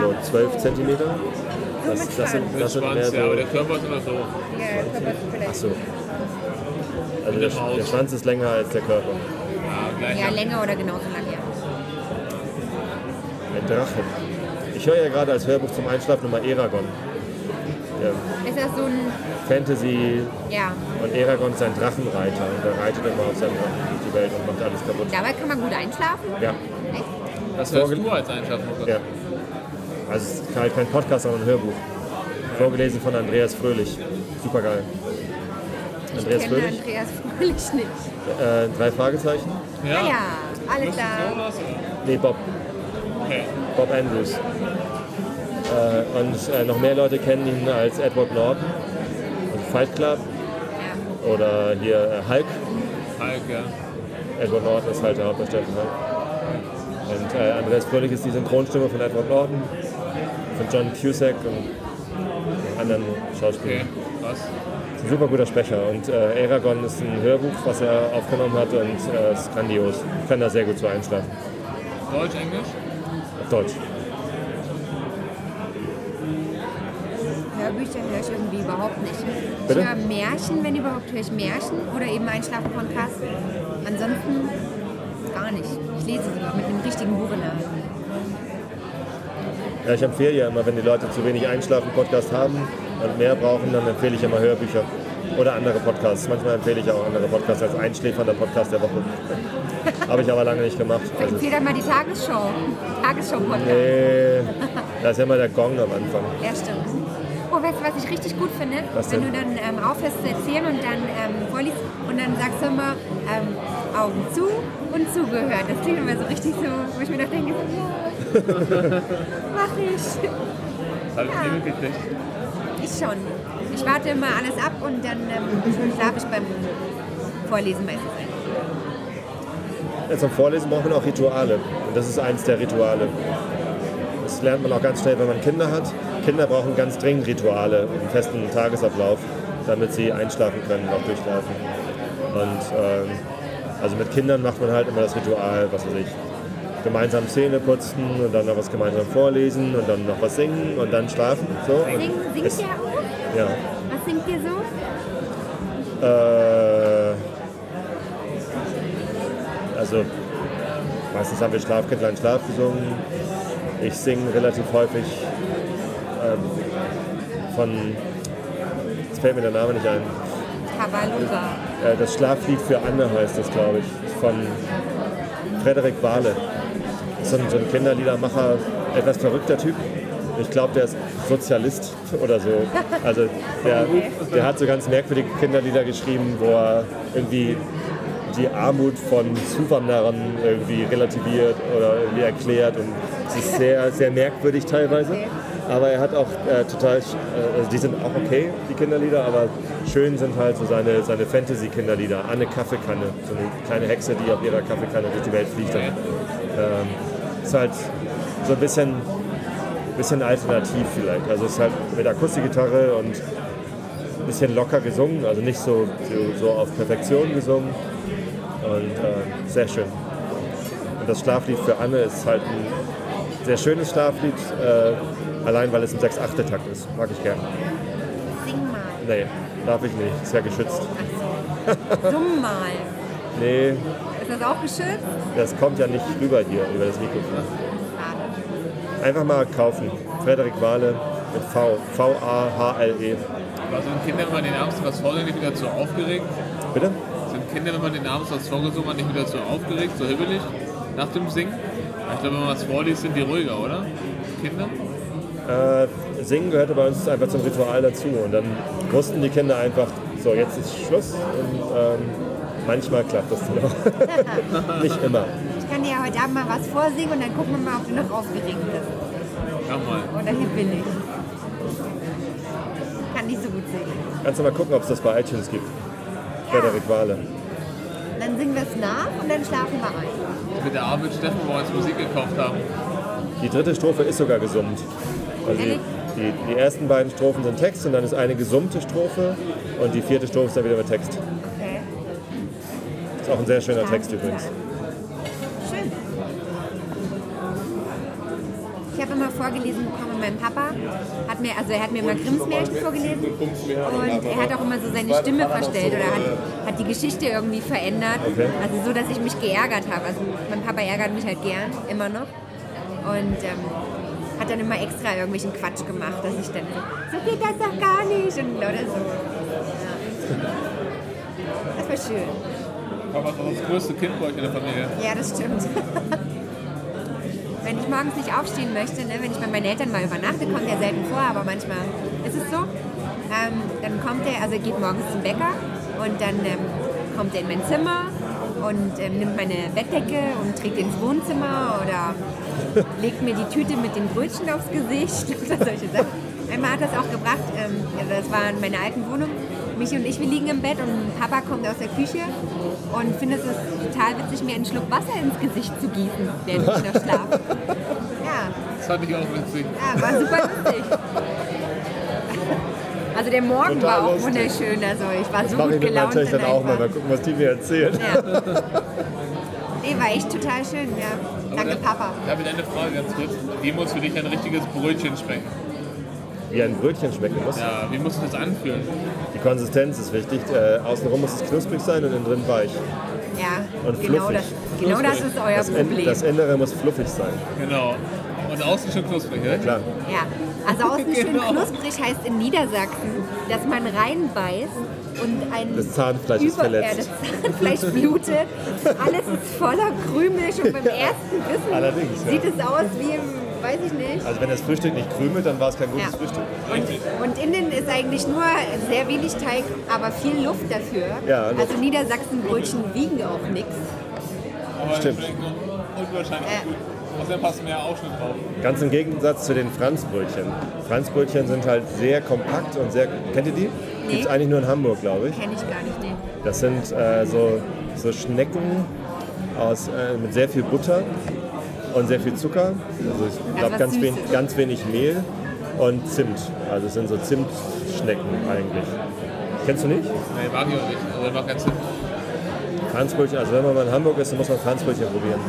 So 12 cm. Das, das sind,
Mit
das sind mehr
Schwanz, ja, aber der
so.
Körper ist immer so.
Ja, Körper ist vielleicht.
Achso. Also der,
der Maus.
der Schwanz ist länger als der Körper.
Ja, gleich.
Ja, länger oder genauso lang, ja.
Ein Drache. Ich höre ja gerade als Hörbuch zum Einschlafen nochmal Eragon. Der
Ist das so ein.
Fantasy
Ja.
Und Eragon ist ein Drachenreiter und er reitet immer auf seinem Drachen durch die Welt und macht alles kaputt.
Dabei kann man gut einschlafen.
Ja,
Echt?
Was hörst du als Einschaffung?
ja. Also es ist halt kein Podcast, sondern ein Hörbuch. Vorgelesen von Andreas Fröhlich. Super geil. Andreas
Ich kenne
Fröhlich,
Andreas Fröhlich nicht.
äh, drei Fragezeichen.
Ja, ah, ja alles da.
Sowas, oder?
Nee, Bob.
Okay.
Bob Andrews. Äh, und äh, noch mehr Leute kennen ihn als Edward Norton. Also Fight Club
Ja.
oder hier äh, Hulk.
Hulk, ja.
Edward Norton ist halt der Hauptdarsteller. Ne? Und äh, Andreas Fröhlich ist die Synchronstimme von Edward Norton, von John Cusack und anderen
Okay,
Schauspielern.
was?
Ein super guter Sprecher. Und äh, Eragon ist ein Hörbuch, was er aufgenommen hat und äh, ist grandios. Ich kann da sehr gut zu einschlafen.
Deutsch, Englisch?
Auf Deutsch.
Hörbücher höre ich irgendwie überhaupt nicht.
Bitte?
Ich höre Märchen, wenn überhaupt, höre ich Märchen oder eben Einschlafen-Podcast. Ansonsten gar nicht. Ich lese sogar mit einem richtigen Buch in der Hand.
Ja, ich empfehle ja immer, wenn die Leute zu wenig einschlafen, Podcast haben und mehr brauchen, dann empfehle ich immer Hörbücher oder andere Podcasts. Manchmal empfehle ich auch andere Podcasts als einschläfernder Podcast der Woche. Habe ich aber lange nicht gemacht. Also-
Erzähl doch mal die Tagesschau. Tagesschau-Podcast.
Nee, Äh, da ist ja immer der Gong am Anfang.
Ja, stimmt. Oh, weißt du, was ich richtig gut finde?
Was
Wenn
denn?
du dann ähm, aufhörst zu erzählen und dann ähm, vorliest und dann sagst du immer ähm, Augen zu und zugehört. Das klingt immer so richtig so, wo ich mir noch denke, so, ja, mach ich.
Das habe ich nie mitgekriegt.
Ich schon. Ich warte immer alles ab und dann ähm, schlafe ich beim Vorlesen meistens ein.
Ja, Zum Vorlesen braucht man auch Rituale. Und das ist eins der Rituale. Das lernt man auch ganz schnell, wenn man Kinder hat. Kinder brauchen ganz dringend Rituale, einen festen Tagesablauf, damit sie einschlafen können, auch durchschlafen. Und ähm, also mit Kindern macht man halt immer das Ritual, was weiß ich, gemeinsam Zähne putzen und dann noch was gemeinsam vorlesen und dann noch was singen und dann schlafen. So. Und
Sing,
es,
singt ihr auch?
ja,
Was singt ihr so?
Äh, also meistens haben wir Schlafkind, Schlaf gesungen. Ich singe relativ häufig ähm, von, jetzt fällt mir der Name nicht ein,
Tabaluga.
äh, das Schlaflied für Anne heißt das, glaube ich, von Frederik Wahle. So ein, so ein Kinderliedermacher, etwas verrückter Typ. Ich glaube, der ist Sozialist oder so. Also der, der hat so ganz merkwürdige Kinderlieder geschrieben, wo er irgendwie die Armut von Zuwanderern irgendwie relativiert oder irgendwie erklärt. Und es ist sehr, sehr merkwürdig teilweise. Aber er hat auch äh, total, sch- äh, also die sind auch okay, die Kinderlieder, aber schön sind halt so seine, seine Fantasy-Kinderlieder. Anne Kaffeekanne, so eine kleine Hexe, die auf ihrer Kaffeekanne durch die Welt fliegt. Und, ähm, ist halt so ein bisschen, bisschen alternativ vielleicht. Also es ist halt mit Akustikgitarre und ein bisschen locker gesungen, also nicht so, so, so auf Perfektion gesungen. Und äh, sehr schön. Und das Schlaflied für Anne ist halt ein sehr schönes Schlaflied, äh, allein weil es im 6-8-Takt ist. Mag ich gern.
Sing mal.
Nee, darf ich nicht. Ist ja geschützt.
Achso. Summ mal.
Nee,
Ist das auch geschützt?
das kommt ja nicht rüber hier, über das Mikrofon.
Schade.
Einfach mal kaufen. Frederik Wahle mit V. V-A-H-L-E.
Aber sind Kinder immer den Abends was vorgesungen, nicht wieder zu aufgeregt?
Bitte?
Sind Kinder, wenn man den Abends was vorgesungen hat, nicht wieder zu aufgeregt, so hibbelig nach dem Singen? Ich glaube, wenn man was vorliest, sind die ruhiger, oder? Kinder?
Äh, Singen gehörte bei uns einfach zum Ritual dazu. Und dann wussten die Kinder einfach, so jetzt ist Schluss. Und ähm, manchmal klappt das dann auch. nicht immer.
Ich kann dir ja heute Abend mal was vorsingen und dann gucken wir mal, ob du noch aufgeregt bist.
Sag mal.
Oder hibbelig. Kann nicht so gut singen.
Kannst du mal gucken, ob es das bei iTunes gibt. Frederik Wahle.
Dann singen wir es nach und dann schlafen wir ein.
Mit der Arbeit Steffen, wo wir uns Musik gekauft haben.
Die dritte Strophe ist sogar gesummt. Also die, die, die ersten beiden Strophen sind Text und dann ist eine gesummte Strophe und die vierte Strophe ist dann wieder mit Text.
Okay.
Ist auch ein sehr schöner Text übrigens.
Schön. Ich habe immer vorgelesen bekommen, mein Papa hat mir, also er hat mir immer Grimms Märchen vorgelesen und er hat auch immer so seine Stimme verstellt oder hat, hat die Geschichte irgendwie verändert.
äh, Okay.
Also so, dass ich mich geärgert habe. Also mein Papa ärgert mich halt gern, immer noch. Und ähm, hat dann immer extra irgendwelchen Quatsch gemacht, dass ich dann so, so geht das doch gar nicht und lauter so. Ja. Das war schön.
Papa ist auch das größte Kind bei euch in der Familie.
Ja, das stimmt. wenn ich morgens nicht aufstehen möchte, ne, wenn ich bei meinen Eltern mal übernachte, kommt er selten vor, aber manchmal ist es so. Ähm, dann kommt er, also er geht morgens zum Bäcker und dann ähm, kommt er in mein Zimmer und ähm, nimmt meine Bettdecke und trägt ins Wohnzimmer oder legt mir die Tüte mit den Brötchen aufs Gesicht oder solche Sachen. Einmal hat das auch gebracht, ähm, also das war in meiner alten Wohnung. Mich und ich, wir liegen im Bett und Papa kommt aus der Küche und findet es total witzig, mir einen Schluck Wasser ins Gesicht zu gießen, während ich noch schlafe. Ja,
Das fand ich auch witzig.
ja, war super lustig. Also der Morgen
Total
war auch
lustig.
wunderschön. Also ich war so
Mach ich
gut
mit meinen
gelaunt.
Töchtern
dann
auch mal.
einfach.
Mal gucken, was die mir erzählen.
Ja. Nee, war echt total schön. Ja. Danke,
da-
Papa.
Ich habe eine Frage ganz kurz. Wie muss für dich ein richtiges Brötchen schmecken?
Wie ein Brötchen schmecken muss.
Ja, wie muss sich das anfühlen?
Die Konsistenz ist wichtig. Äh, außenrum muss es knusprig sein und innen drin weich.
Ja,
Und
genau
fluffig.
das, genau das ist euer
Das, In-
Problem.
das Innere muss fluffig sein.
Genau. Und außen schon knusprig, ja?
Klar.
Ja, also außen schön
Genau.
knusprig heißt in Niedersachsen, dass man reinbeißt und ein
Das Zahnfleisch ist
Ja,
verletzt.
das Zahnfleisch blutet. Alles ist voller Krümel. Schon beim ersten Bissen
Allerdings, ja.
sieht es aus wie, im- weiß ich nicht.
Also wenn das Frühstück nicht krümelt, dann war es kein gutes
Ja.
Frühstück.
Und innen ist eigentlich nur sehr wenig Teig, aber viel Luft dafür.
Ja, das-
also Niedersachsen-Brötchen wiegen auch nichts.
Aber
Stimmt.
das schmeckt unwahrscheinlich
Äh.
gut. Außerdem passt mehr Aufschnitt drauf.
Ganz im Gegensatz zu den Franzbrötchen. Franzbrötchen sind halt sehr kompakt und sehr. Kennt ihr die?
Nee.
Gibt es eigentlich nur in Hamburg, glaube ich.
Kenne ich gar nicht, ne?
Das sind äh, so, so Schnecken aus, äh, mit sehr viel Butter und sehr viel Zucker. Also ich glaube
was
ganz, wen,
Süßes.
ganz wenig Mehl und Zimt. Also es sind so Zimtschnecken eigentlich. Kennst du nicht?
Nee, mag ich auch nicht. Also mag ganz Sinn.
Franzbrötchen, also wenn man mal in Hamburg ist, dann muss man Franzbrötchen probieren.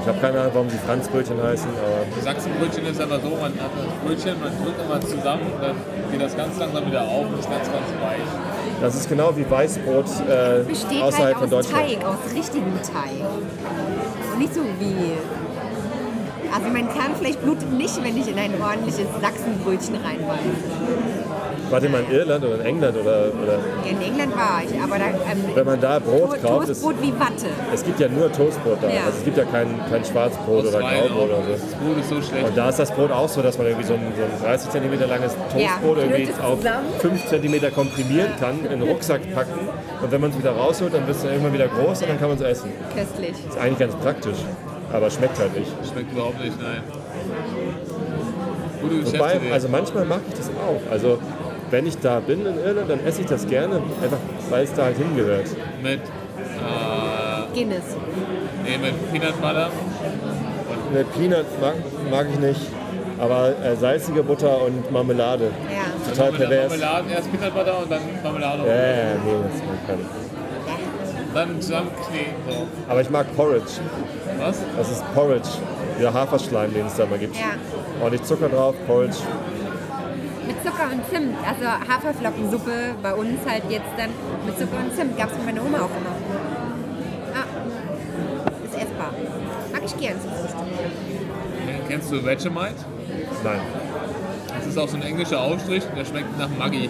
Ich habe keine Ahnung, warum die Franzbrötchen heißen, aber
Sachsenbrötchen ist einfach so, man hat das Brötchen, man drückt immer zusammen und dann geht das ganz langsam wieder auf und ist ganz, ganz weich.
Das ist genau wie Weißbrot äh,
Besteht
außerhalb
halt
von
aus
Deutschland.
Teig, aus richtigem Teig. Und nicht so wie. Also mein Kernfleisch blutet nicht, wenn ich in ein ordentliches Sachsenbrötchen reinbeiße.
Warte mal in Irland oder in England oder, oder
Ja, in England war ich, aber da. Ähm,
wenn man da Brot
To-
kauft, ist,
Toastbrot wie Watte.
es gibt ja nur Toastbrot da.
Ja.
Also es gibt ja kein, kein Schwarzbrot oder
Australien
Graubrot
auch.
oder so.
Das Brot ist so schlecht.
Und da ist das Brot auch so, dass man irgendwie so ein, so ein 30 cm langes
Ja,
Toastbrot irgendwie
knötet
auf
zusammen.
5 cm komprimieren kann, in den Rucksack packen. Und wenn man es wieder rausholt, dann wird es dann irgendwann wieder groß und dann kann man es essen.
Köstlich.
Ist eigentlich ganz praktisch, aber schmeckt halt nicht.
Schmeckt überhaupt nicht, nein. Gute
Wobei,
Geschäftsidee.
also manchmal mag ich das auch. Also wenn ich da bin in Irland, dann esse ich das gerne, einfach weil es da halt hingehört.
mit, äh,
Guinness.
nee, mit Peanut Butter.
Ne, Peanut mag, mag ich nicht, aber äh, salzige Butter und Marmelade.
Ja.
Total
mit der
pervers.
Marmelade, erst Peanut Butter und dann Marmelade.
Ja, ja, nee, das mag keiner.
Dann zusammenkneten. So.
Aber ich mag Porridge.
Was?
Das ist Porridge, der Haferschleim, den es da mal gibt.
Ja.
Ordentlich Zucker drauf, Porridge.
Mit Zucker und Zimt. Also Haferflockensuppe bei uns halt jetzt dann mit Zucker und Zimt. Gab es bei meiner Oma auch immer. Ah. Ist essbar. Mag ich gern zum Frühstück.
Äh, Kennst du Vegemite?
Nein.
Das ist auch so ein englischer Aufstrich und der schmeckt nach Maggi.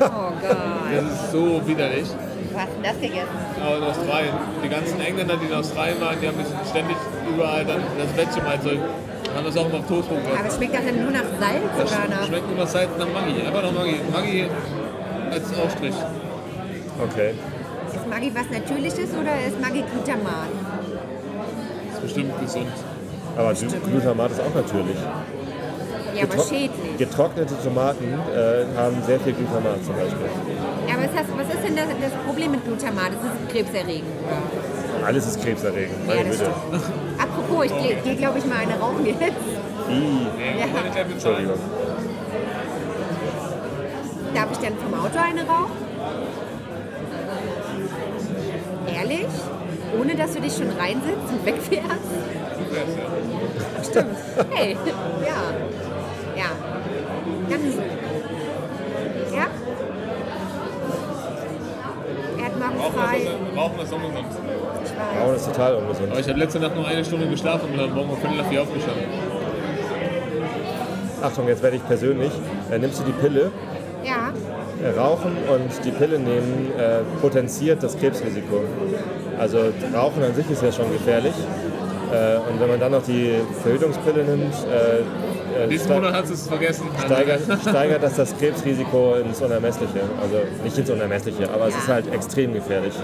Oh Gott.
Das ist so widerlich.
Was hast denn das gegessen?
Aber in Australien, die ganzen Engländer, die in Australien waren, die haben sich ständig überall dann das Vegemite-Zeug, haben das auch immer auf Toastbrot gegessen.
Aber schmeckt das denn nur nach Salz
Das
oder nach...
schmeckt immer Salz nach Maggi. Einfach nach Maggi. Maggi als Aufstrich.
Okay.
Ist Maggi was Natürliches oder ist Maggi Glutamat?
Ist bestimmt gesund.
Aber Glu- Glutamat ist auch natürlich.
Ja, aber
Getro-
schädlich.
Getrocknete Tomaten äh, haben sehr viel Glutamat zum Beispiel.
Ja, aber ist das, was ist denn das, das Problem mit Glutamat? Das ist krebserregend.
Alles ist krebserregend.
Ja,
Meine
das
Güte.
stimmt. Apropos, ich gehe, geh, glaube ich, mal eine rauchen jetzt.
Ih,
Nee,
Ja.
kann ich ja bezahlen.
Entschuldigung.
Darf ich dann vom Auto eine rauchen? Ehrlich? Ohne dass du dich schon reinsetzt und wegfährst? Stimmt. Hey, ja. Ja. Dann Ja? Er hat
Rauchen
morgen
ist
frei.
ungesund. Rauchen ist ungesund.
Ich
Rauchen
weiß.
ist total ungesund.
Aber ich habe letzte Nacht nur eine Stunde geschlafen und bin dann morgen um Viertel nach vier aufgestanden.
Achtung, jetzt werde ich persönlich. Äh, nimmst du die Pille?
Ja.
Äh, Rauchen und die Pille nehmen äh, potenziert das Krebsrisiko. Also Rauchen an sich ist ja schon gefährlich. Äh, und wenn man dann noch die Verhütungspille nimmt, äh, äh,
Diesen
ste-
Monat hast du es vergessen.
steigert, steigert das das Krebsrisiko ins Unermessliche. Also nicht ins Unermessliche, aber es ist halt extrem gefährlich.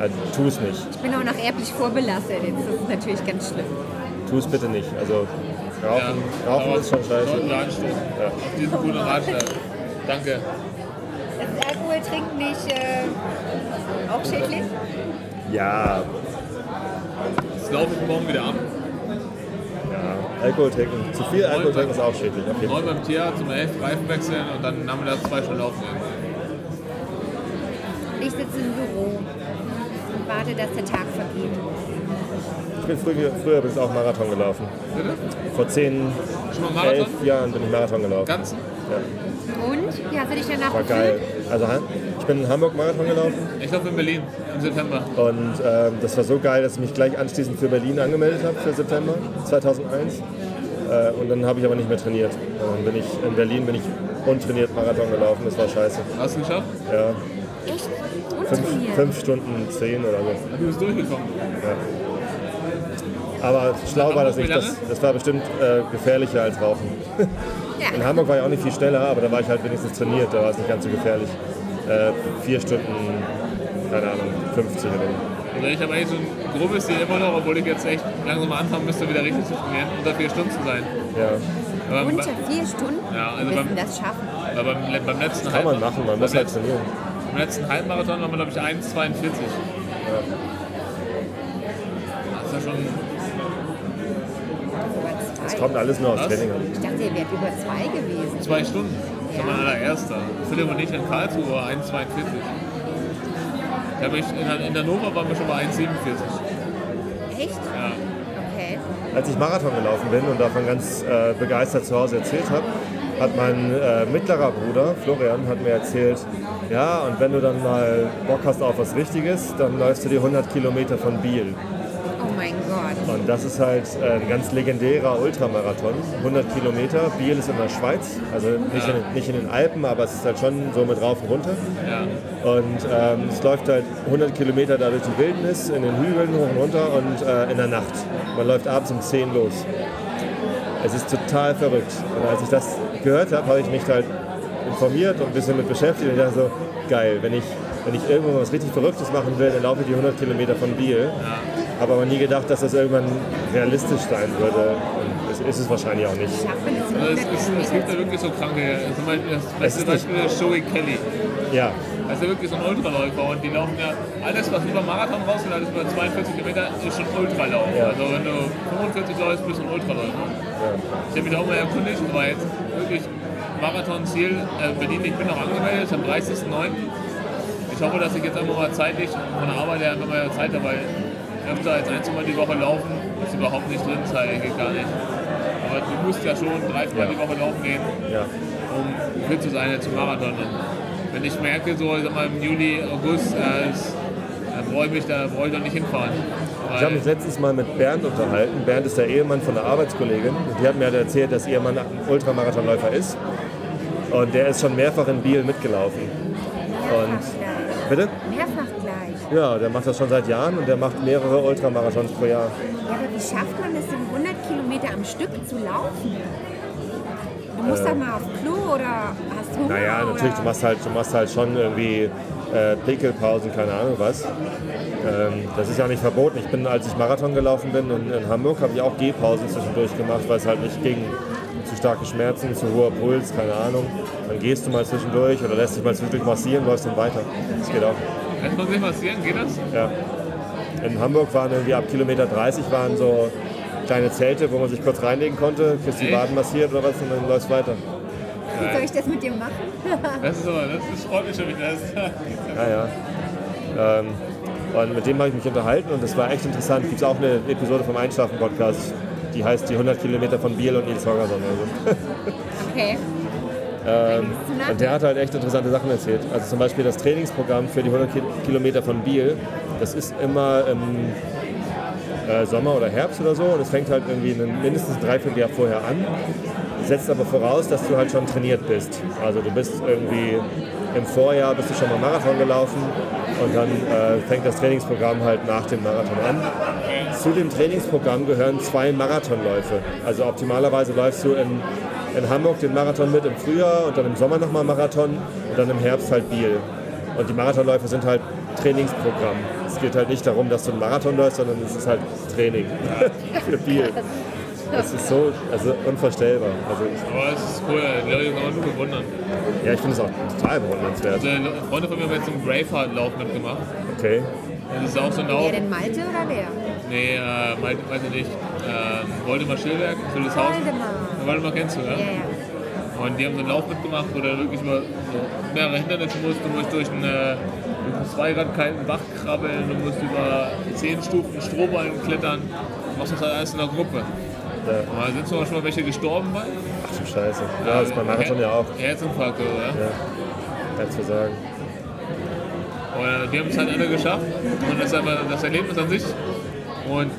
Also tu es nicht.
Ich bin auch noch erblich vorbelastet. Jetzt ist es natürlich ganz schlimm.
Tu es bitte nicht. Also
Ja.
Rauchen, Rauchen
Aber
ist schon scheiße.
Sollten wir anstoßen. Auf diesen guten Ratschlag. äh, Danke.
Ist Alkohol trinken nicht äh, auch schädlich?
Ja,
Jetzt laufe ich morgen wieder ab.
Alkohol trinken. Zu viel Alkohol trinken ist auch schädlich. Auf jeden Fall.
Neun beim Tierarzt um elf, Reifen wechseln und dann nachmittags zwei Stunden laufen. gehen.
Ich sitze im Büro und warte, dass der Tag vergeht.
Ich bin früher, früher übrigens auch Marathon gelaufen.
Bitte?
Vor 10,
Schon mal Marathon?
11 Jahren bin ich Marathon gelaufen.
Ganz?
Und? Wie hast du dich danach
War geil.
gefühlt?
Also Han- ich bin in Hamburg Marathon gelaufen
Ich glaube in Berlin im September.
und ähm, das war so geil, dass ich mich gleich anschließend für Berlin angemeldet habe für September 2001. Äh, und dann habe ich aber nicht mehr trainiert. Und dann bin ich in Berlin bin ich untrainiert Marathon gelaufen. Das war scheiße.
Hast du es geschafft?
Ja,
Echt?
fünf,
Untrainiert?
fünf Stunden zehn oder so.
Du bist durchgekommen.
Aber schlau war das
Hamburg,
nicht.
wie
Das, das war bestimmt äh, gefährlicher als Rauchen. In
Ja.
Hamburg war ich auch nicht viel schneller, aber da war ich halt wenigstens trainiert, da war es nicht ganz so gefährlich. Äh, vier Stunden, keine Ahnung, 50 oder so.
Also ich habe eigentlich so ein grobes Ziel immer noch, obwohl ich jetzt echt langsam mal anfangen müsste, wieder richtig zu trainieren, unter vier Stunden zu sein.
Ja.
Aber bei-
Unter vier Stunden?
Ja, also
Wir müssen
beim-
das schaffen.
aber beim, le- beim letzten
Kann man
Halbmar-
machen, man
beim
muss halt
letzten-
trainieren.
Beim letzten Halbmarathon waren wir, glaube ich, 1,42. Das ist ja schon.
Über
Es
zwei.
kommt alles nur aufs
Was?
Training an.
Ich dachte, ihr wärt über zwei gewesen.
Zwei Stunden. Das war mein allererster. Philipp und ich in Karlsruhe war 1,42. Da hab ich, in, Han- in Hannover waren wir schon bei 1,47.
Echt?
Ja.
Okay.
Als ich Marathon gelaufen bin und davon ganz äh, begeistert zu Hause erzählt habe, hat mein äh, mittlerer Bruder, Florian, hat mir erzählt, ja, und wenn du dann mal Bock hast auf was Richtiges, dann läufst du die 100 Kilometer von Biel.
Oh mein Gott.
Und das ist halt äh, ein ganz legendärer Ultramarathon. 100 Kilometer. Biel ist in der Schweiz. Also nicht, in, den- nicht in den Alpen, aber es ist halt schon so mit rauf und runter.
Ja.
Und ähm, es läuft halt 100 Kilometer da durch die Wildnis, in den Hügeln hoch und runter und äh, in der Nacht. Man läuft abends um 10 los. Es ist total verrückt. Und als ich das gehört habe, habe ich mich halt informiert und ein bisschen mit beschäftigt und dachte so, geil, wenn ich, wenn ich irgendwann was richtig Verrücktes machen will, dann laufe ich die 100 Kilometer von Biel. Habe aber nie gedacht, dass das irgendwann realistisch sein würde. Und es ist es wahrscheinlich auch nicht.
Schafft man das
Also es, ist,
100
es gibt da wirklich so kranke, zum Beispiel, das beste
ist
Beispiel ist Joey Kelly. Das ist
Ja,
ja Also wirklich so ein Ultraläufer und die laufen ja, alles was über Marathon rausgeht, alles über 42 Kilometer, ist schon Ultralauf.
Ja.
Also wenn du 45 läufst, bist du ein Ultraläufer. Ich habe mich da auch mal erkundigt und war jetzt wirklich Marathon-Ziel äh, Berlin. Ich bin noch angemeldet, ist am 30.09. Ich hoffe, dass ich jetzt einfach mal zeitlich von der Arbeit her einfach mal Zeit habe, weil öfter als ein, zweimal die Woche laufen ist überhaupt nicht drin, das geht gar nicht. Aber du musst ja schon drei, viermal
Ja.
die Woche laufen gehen
ja.
um fit zu sein jetzt zum Marathon. Und wenn ich merke, so ich sag mal, im Juli, August, äh, ist, da freue ich mich, da brauche ich doch nicht hinfahren.
Ich habe
Weil,
mich letztens mal mit Bernd unterhalten. Bernd ist der Ehemann von der Arbeitskollegin. Und Die hat mir halt erzählt, dass ihr Mann ein Ultramarathonläufer ist. Und der ist schon mehrfach in Biel mitgelaufen.
Mehrfach gleich.
Bitte?
Mehrfach gleich.
Ja, der macht das schon seit Jahren und der macht mehrere Ultramarathons pro Jahr.
Ja, aber wie schafft man es, denn, 100 Kilometer am Stück zu laufen? Du musst dann mal auf Klo oder hast Hunger?
Äh. Naja,
oder?
natürlich, du machst halt, du machst halt schon irgendwie äh, Pickelpausen, keine Ahnung was. Ähm, das ist ja nicht verboten. Ich bin, als ich Marathon gelaufen bin in, in Hamburg, habe ich auch Gehpausen zwischendurch gemacht, weil es halt nicht ging. Zu starke Schmerzen, zu hoher Puls, keine Ahnung. Dann gehst du mal zwischendurch oder lässt dich mal zwischendurch massieren, läufst dann weiter. Das geht auch.
lässt man sich massieren, geht das?
Ja. In Hamburg waren irgendwie ab Kilometer 30 waren so kleine Zelte, wo man sich kurz reinlegen konnte, kriegst die
Echt?
Waden massiert oder was und dann läufst weiter.
Wie soll ich das mit dir machen?
Das ist aber, das ist freut mich schon wieder. Das, das
Ja, ja. Ähm, und mit dem habe ich mich unterhalten und das war echt interessant. Gibt es auch eine Episode vom Einschlafen-Podcast, die heißt Die 100 Kilometer von Biel und Nils Holgersson. Also.
Okay.
Und der hat halt echt interessante Sachen erzählt. Also zum Beispiel das Trainingsprogramm für die 100 Ki- Kilometer von Biel, das ist immer im äh, Sommer oder Herbst oder so und es fängt halt irgendwie einen, mindestens ein Dreivierteljahr vorher an, setzt aber voraus, dass du halt schon trainiert bist. Also du bist irgendwie im Vorjahr bist du schon mal Marathon gelaufen und dann äh, fängt das Trainingsprogramm halt nach dem Marathon an. Zu dem Trainingsprogramm gehören zwei Marathonläufe. Also optimalerweise läufst du in, in Hamburg den Marathon mit im Frühjahr und dann im Sommer nochmal Marathon und dann im Herbst halt Biel. Und die Marathonläufe sind halt Trainingsprogramm. Es geht halt nicht darum, dass du einen Marathon läufst, sondern es ist halt Training für Biel. Das ist so also unvorstellbar. Also,
aber es ist cool, die Leute sind auch nicht gewundert.
ja, ich finde es auch total bewundernswert.
Also, Freunde von mir haben jetzt einen Braveheart-Lauf mitgemacht.
Okay.
Das ist auch so ein Lauf.
Wer denn Malte oder wer?
Nee, äh, mein- weiß ich nicht. Äh, Woldemar Schillberg, Friedrichshausen.
Waldemar.
Woldemar kennst du, ne?
Ja, ja.
Und die haben so einen Lauf mitgemacht, wo du wirklich über so mehrere Hindernisse musst. Du musst durch einen äh, durch einen Zweirad kalten Bach krabbeln, du musst über zehn Stufen Strohballen klettern. Du machst das halt alles in der Gruppe.
Ja.
Aber sind sogar schon mal welche gestorben bei?
Ach du Scheiße. Ja, das ist beim Marathon ja auch.
Herzinfarkt, oder?
Kannst du sagen.
Und die haben es halt alle geschafft. Und das ist einfach das Erlebnis an sich. Und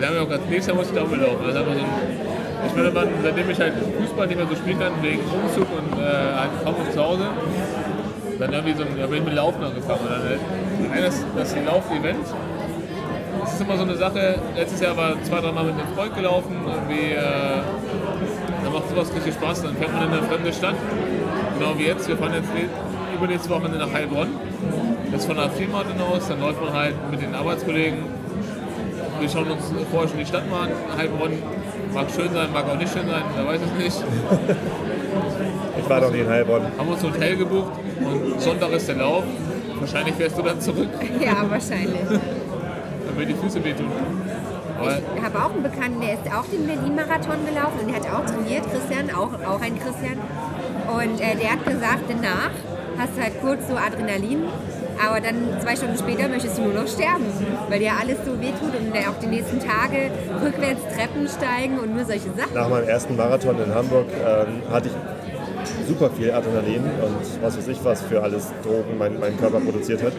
da haben wir auch gesagt, nächstes Jahr muss ich Doppel laufen. Das ist einfach so ein, ich bin immer, seitdem ich halt Fußball nicht mehr so spielen kann, wegen Umzug und äh, halt kaum noch zu Hause, dann irgendwie so ein, da bin ich mit Laufen angefangen. Und dann halt, nein, das, das Lauf-Event. Das ist immer so eine Sache. Letztes Jahr war zwei, drei Mal mit einem Freund gelaufen. Irgendwie, äh, da macht sowas richtig Spaß. Dann fährt man in eine fremde Stadt. Genau wie jetzt. Wir fahren jetzt ne- übernächste Wochenende nach Heilbronn. Das ist von der Filmartin aus, dann läuft man halt mit den Arbeitskollegen. Wir schauen uns vorher schon die Stadt mal an, Heilbronn. Mag schön sein, mag auch nicht schön sein, da weiß ich nicht.
Ich war noch nie in Heilbronn.
Haben uns ein Hotel gebucht und Sonntag ist der Lauf. Wahrscheinlich fährst du dann zurück,
Ja, wahrscheinlich.
wenn mir die Füße wehtun. Aber
Ich habe auch einen Bekannten, der ist auch den Berlin-Marathon gelaufen und der hat auch trainiert, Christian, auch, auch ein Christian. Und äh, der hat gesagt, danach hast du halt kurz so Adrenalin, aber dann zwei Stunden später möchtest du nur noch sterben, weil dir alles so wehtut und dann auch die nächsten Tage rückwärts Treppen steigen und nur solche Sachen.
Nach meinem ersten Marathon in Hamburg ähm, hatte ich super viel Adrenalin und was weiß ich was für alles Drogen mein, mein Körper produziert hat.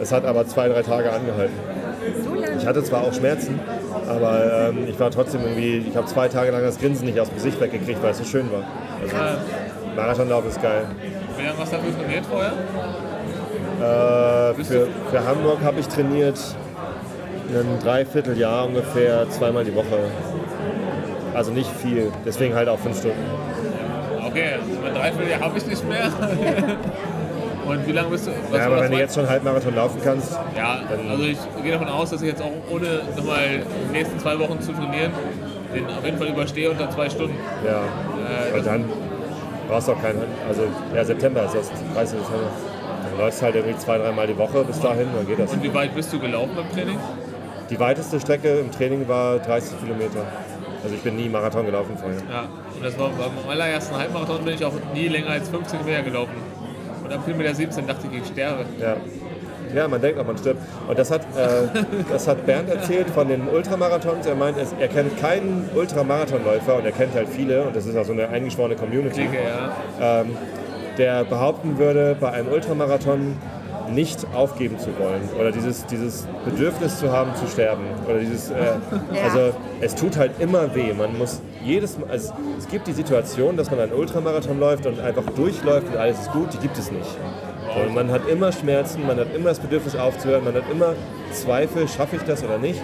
Es hat aber zwei, drei Tage angehalten.
So
Ich
lange.
hatte zwar auch Schmerzen, aber ähm, ich war trotzdem irgendwie, ich habe zwei Tage lang das Grinsen nicht aus dem Gesicht weggekriegt, weil es so schön war. Also,
äh,
Marathonlauf ist geil.
Wie lange hast du dafür trainiert vorher?
Äh, für, für Hamburg habe ich trainiert ein Dreivierteljahr ungefähr zweimal die Woche. Also nicht viel, deswegen halt auch fünf Stunden.
Okay, mein Dreivierteljahr habe ich nicht mehr. Und wie lange bist du? was
Ja,
war
aber
das
wenn du
mein-
jetzt schon Halbmarathon laufen kannst,
Ja, also ich gehe davon aus, dass ich jetzt auch ohne nochmal die nächsten zwei Wochen zu trainieren, den auf jeden Fall überstehe unter zwei Stunden.
ja.
Äh,
Und
das,
dann brauchst du auch keinen. Also ja, September ist das, 30. September. Dann läufst halt irgendwie zwei, dreimal die Woche bis dahin, dann geht das.
und wie weit bist du gelaufen beim Training?
Die weiteste Strecke im Training war 30 Kilometer. Also ich bin nie Marathon gelaufen vorher.
Ja, und das war beim allerersten Halbmarathon bin ich auch nie länger als 15 Kilometer gelaufen. Und ab Kilometer 17 dachte ich, ich sterbe.
Ja. Ja, man denkt auch, man stirbt. Und das hat, äh, das hat Bernd erzählt von den Ultramarathons. Er meint, es- er kennt keinen Ultramarathonläufer und er kennt halt viele und das ist auch so eine eingeschworene Community.
Dicke, ja.
der behaupten würde, bei einem Ultramarathon nicht aufgeben zu wollen oder dieses, dieses Bedürfnis zu haben, zu sterben. Oder dieses, äh, Also es tut halt immer weh. Man muss jedes Mal, also es gibt die Situation, dass man einen Ultramarathon läuft und einfach durchläuft und alles ist gut, die gibt es nicht. Und man hat immer Schmerzen, man hat immer das Bedürfnis aufzuhören, man hat immer Zweifel, schaffe ich das oder nicht.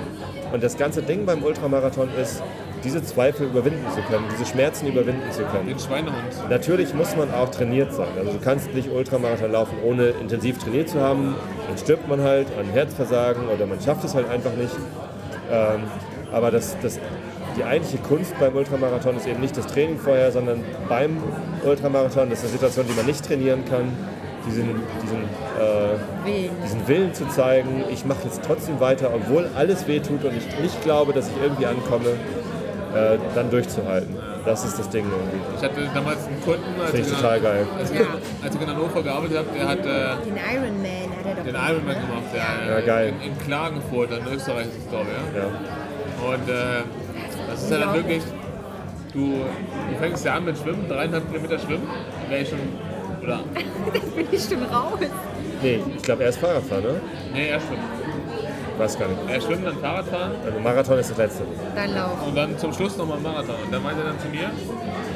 Und das ganze Ding beim Ultramarathon ist, diese Zweifel überwinden zu können, diese Schmerzen überwinden zu können.
Den Schweinehund.
Natürlich muss man auch trainiert sein. Also du kannst nicht Ultramarathon laufen, ohne intensiv trainiert zu haben. Dann stirbt man halt an Herzversagen oder man schafft es halt einfach nicht. Ähm, aber das, das, die eigentliche Kunst beim Ultramarathon ist eben nicht das Training vorher, sondern beim Ultramarathon, das ist eine Situation, die man nicht trainieren kann, diesen, diesen, äh,
Willen.
diesen Willen zu zeigen, ich mache jetzt trotzdem weiter, obwohl alles weh tut und ich nicht glaube, dass ich irgendwie ankomme, äh, dann durchzuhalten. Das ist das Ding irgendwie.
Ich hatte damals einen Kunden, als
Finde
ich,
ich
in,
total geil.
als, ich, als ich in Hannover gearbeitet habe, der hat äh,
Den Iron Man hat er doch.
den Ironman gemacht. Ja,
Ja, geil.
In, in Klagenfurt, in Österreich ist es, glaube ich. Ja.
Ja.
Und äh, das ist ja dann wirklich, du, du fängst ja an mit Schwimmen, dreieinhalb Kilometer Schwimmen, wäre ich schon, oder,
Bin ich schon raus?
Nee, ich glaube, er ist Fahrradfahrer, ne?
nee, erst Schwimmen.
Weiß gar nicht.
Erst Schwimmen, dann Fahrradfahren
Also Marathon ist das letzte.
Dann lauf.
und dann zum Schluss nochmal Marathon. Und dann meinte er dann zu mir,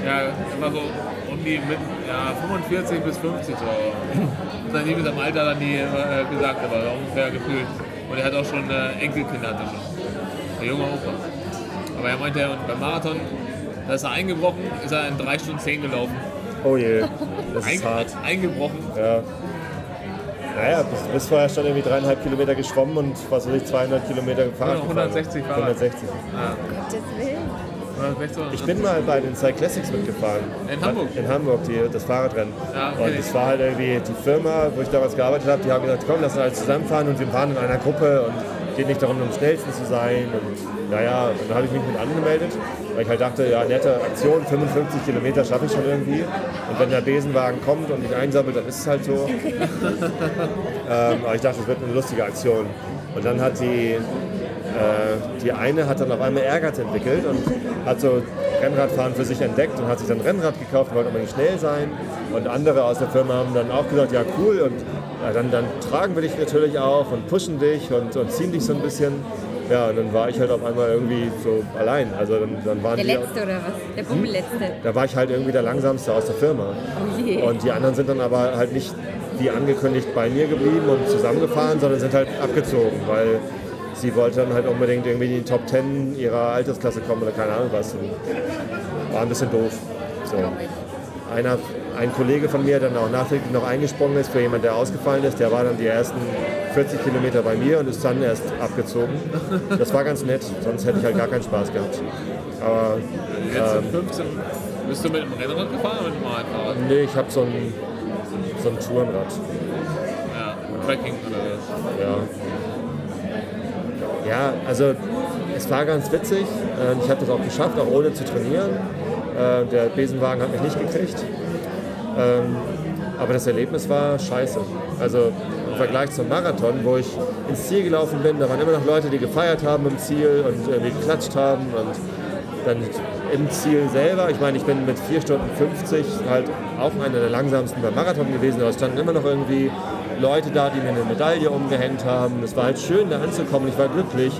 ja, er war so um die mit, ja, 45 bis 50 so. Und dann ihm am Alter dann die äh, gesagt, aber ungefähr gefühlt. Und er hat auch schon äh, Enkelkinder, hat er schon. Der junge Opa. Aber er meinte, und beim Marathon, da ist er eingebrochen, ist er in 3 Stunden 10 gelaufen.
Oh je, das
Ein,
ist hart.
eingebrochen.
Ja. Naja, bis, bis vorher schon irgendwie dreieinhalb Kilometer geschwommen und was weiß ich, 200 Kilometer gefahren.
160 Fahrrad.
160.
Um Gottes Willen.
Ich bin mal Äh, bei den Cyclassics mitgefahren.
In Hamburg?
In Hamburg, die, das Fahrradrennen.
Ja, kenn
und
ich.
es war halt irgendwie die Firma, wo ich damals gearbeitet habe, die haben gesagt, komm, lass uns alle zusammenfahren und wir fahren in einer Gruppe und geht nicht darum, am schnellsten zu sein. Und naja, und dann habe ich mich mit angemeldet, weil ich halt dachte, ja, nette Aktion, 55 Kilometer schaffe ich schon irgendwie. Und wenn der Besenwagen kommt und mich einsammelt, dann ist es halt so. Ähm, aber ich dachte, es wird eine lustige Aktion. Und dann hat die, äh, die eine hat dann auf einmal Ehrgeiz entwickelt und hat so Rennradfahren für sich entdeckt und hat sich dann ein Rennrad gekauft und wollte unbedingt schnell sein. Und andere aus der Firma haben dann auch gesagt, ja cool, und ja, dann, dann tragen wir dich natürlich auch und pushen dich und, und ziehen dich so ein bisschen. Ja, und dann war ich halt auf einmal irgendwie so allein. Also dann, dann waren
Der
die,
Letzte oder was? Der Bummel-Letzte.
da war ich halt irgendwie der Langsamste aus der Firma.
Oh je.
Hm? Und die anderen sind dann aber halt nicht wie angekündigt bei mir geblieben und zusammengefahren, sondern sind halt abgezogen, weil sie wollte dann halt unbedingt irgendwie in die Top 10 ihrer Altersklasse kommen oder keine Ahnung was. Und war ein bisschen doof. So. Einer, ein Kollege von mir, der dann auch nachträglich noch eingesprungen ist für jemanden, der ausgefallen ist, der war dann die ersten 40 Kilometer bei mir und ist dann erst abgezogen. Das war ganz nett, sonst hätte ich halt gar keinen Spaß gehabt. Aber
Jetzt sind 15. Bist du mit dem Rennrad gefahren oder mit dem Fahrrad?
nee, ich habe so ein, so ein Tourenrad.
Ja, Tracking oder was?
Ja. Ja, also es war ganz witzig. Äh, Ich habe das auch geschafft, auch ohne zu trainieren. Äh, Der Besenwagen hat mich nicht gekriegt. Ähm, Aber das Erlebnis war scheiße. Also im Vergleich zum Marathon, wo ich ins Ziel gelaufen bin, da waren immer noch Leute, die gefeiert haben im Ziel und irgendwie geklatscht haben. Und dann im Ziel selber, ich meine, ich bin mit 4 Stunden 50 halt auch einer der langsamsten beim Marathon gewesen, aber es standen immer noch irgendwie Leute da, die mir eine Medaille umgehängt haben. Es war halt schön, da anzukommen. Ich war glücklich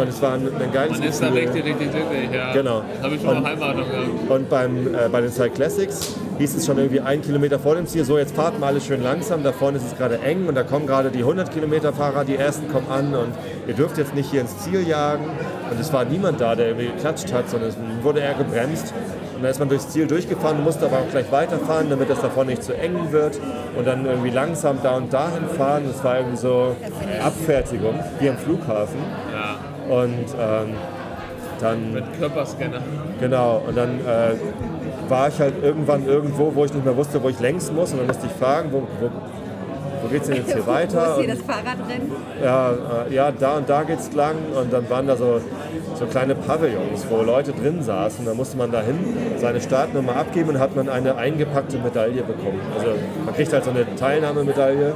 und es war ein, ein geiles
Man ist dann
Gefühl.
richtig, richtig glücklich, ja.
Äh, Genau.
Habe ich schon
Und-
mal Heimatung gehabt.
Und beim, äh, bei den Cyclassics hieß es schon irgendwie einen Kilometer vor dem Ziel, so jetzt fahrt mal alle schön langsam, da vorne ist es gerade eng und da kommen gerade die 100 Kilometer Fahrer, die ersten kommen an und ihr dürft jetzt nicht hier ins Ziel jagen. Und es war niemand da, der irgendwie geklatscht hat, sondern es wurde eher gebremst. Und dann ist man durchs Ziel durchgefahren, musste aber auch gleich weiterfahren, damit das davon nicht zu eng wird. Und dann irgendwie langsam da und dahin fahren. Das war irgendwie so Abfertigung, wie am Flughafen.
Ja,
Und ähm, dann
mit Körperscanner.
Genau, und dann äh, war ich halt irgendwann irgendwo, wo ich nicht mehr wusste, wo ich längs muss. Und dann musste ich fragen, wo, wo, wo geht's denn jetzt hier weiter?
Wo ist hier
Und,
das Fahrrad drin?
ja, äh, ja, da und da geht's lang. Und dann waren da so, so kleine Pavillons, wo Leute drin saßen. Da musste man dahin seine Startnummer abgeben und hat man eine eingepackte Medaille bekommen. Also man kriegt halt so eine Teilnahmemedaille.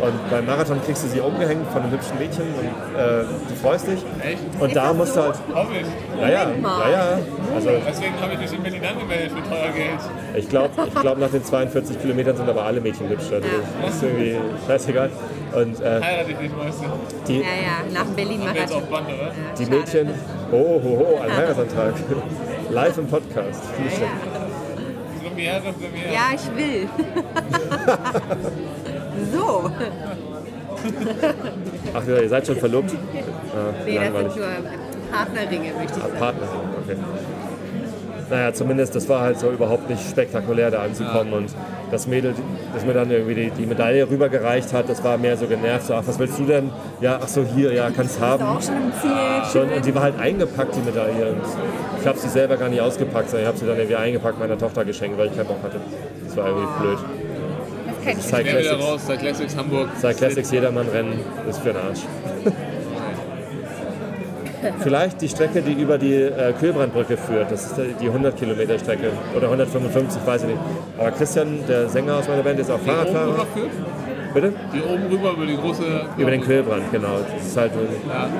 Und beim Marathon kriegst du sie umgehängt von einem hübschen Mädchen und äh, du freust dich.
Echt?
Und da
das
musst
so?
du halt.
Hoffe ich.
Ja, ja,
Moment mal.
ja, ja. Also,
Deswegen habe ich mich in Berlin angemeldet für teuer Geld.
Ich glaube, ich glaub, nach den 42 Kilometern sind aber alle Mädchen hübsch. Also, das ist irgendwie scheißegal. Und äh,
Heirate ich nicht, weißt du.
die,
Ja, ja, nach Berlin
Bin Jetzt
Marathon.
auf Band, oder?
Ja,
die
schade.
Mädchen, oh, ho, ho, ein Heiratsantrag. Live im Podcast. Nicht schlecht.
Premiere, Premiere.
Ja, ich will. so.
Ach, ihr seid schon verlobt? Ah,
Nee, das
Langweilig.
sind nur Partnerringe, möchte ich
Ah,
sagen.
Partner, okay. Naja, zumindest das war halt so überhaupt nicht spektakulär, da anzukommen. Und das Mädel, das mir dann irgendwie die, die Medaille rübergereicht hat, das war mehr so genervt. So, ach, was willst du denn? Ja, ach so, hier, ja, kannst
Bist du
haben.
auch schon im Ziel?
Schon, und die war halt eingepackt, die Medaille. Und ich habe sie selber gar nicht ausgepackt, sondern ich habe sie dann irgendwie eingepackt meiner Tochter geschenkt, weil ich keinen Bock hatte. Das war irgendwie blöd.
Das kann ich
Cy
Wer wieder
Classics,
raus, Seit Classics Hamburg.
Cy Classics Jedermann-Rennen ist für den Arsch. Vielleicht die Strecke, die über die äh, Kühlbrandbrücke führt. Das ist äh, die 100-Kilometer-Strecke. Oder 155, weiß ich nicht. Aber Christian, der Sänger aus meiner Band, ist auch
Die oben
Fahrradfahrer.
rüber führt?
Bitte?
Die oben rüber über die große.
Über den Quellbrand, genau. Das ist halt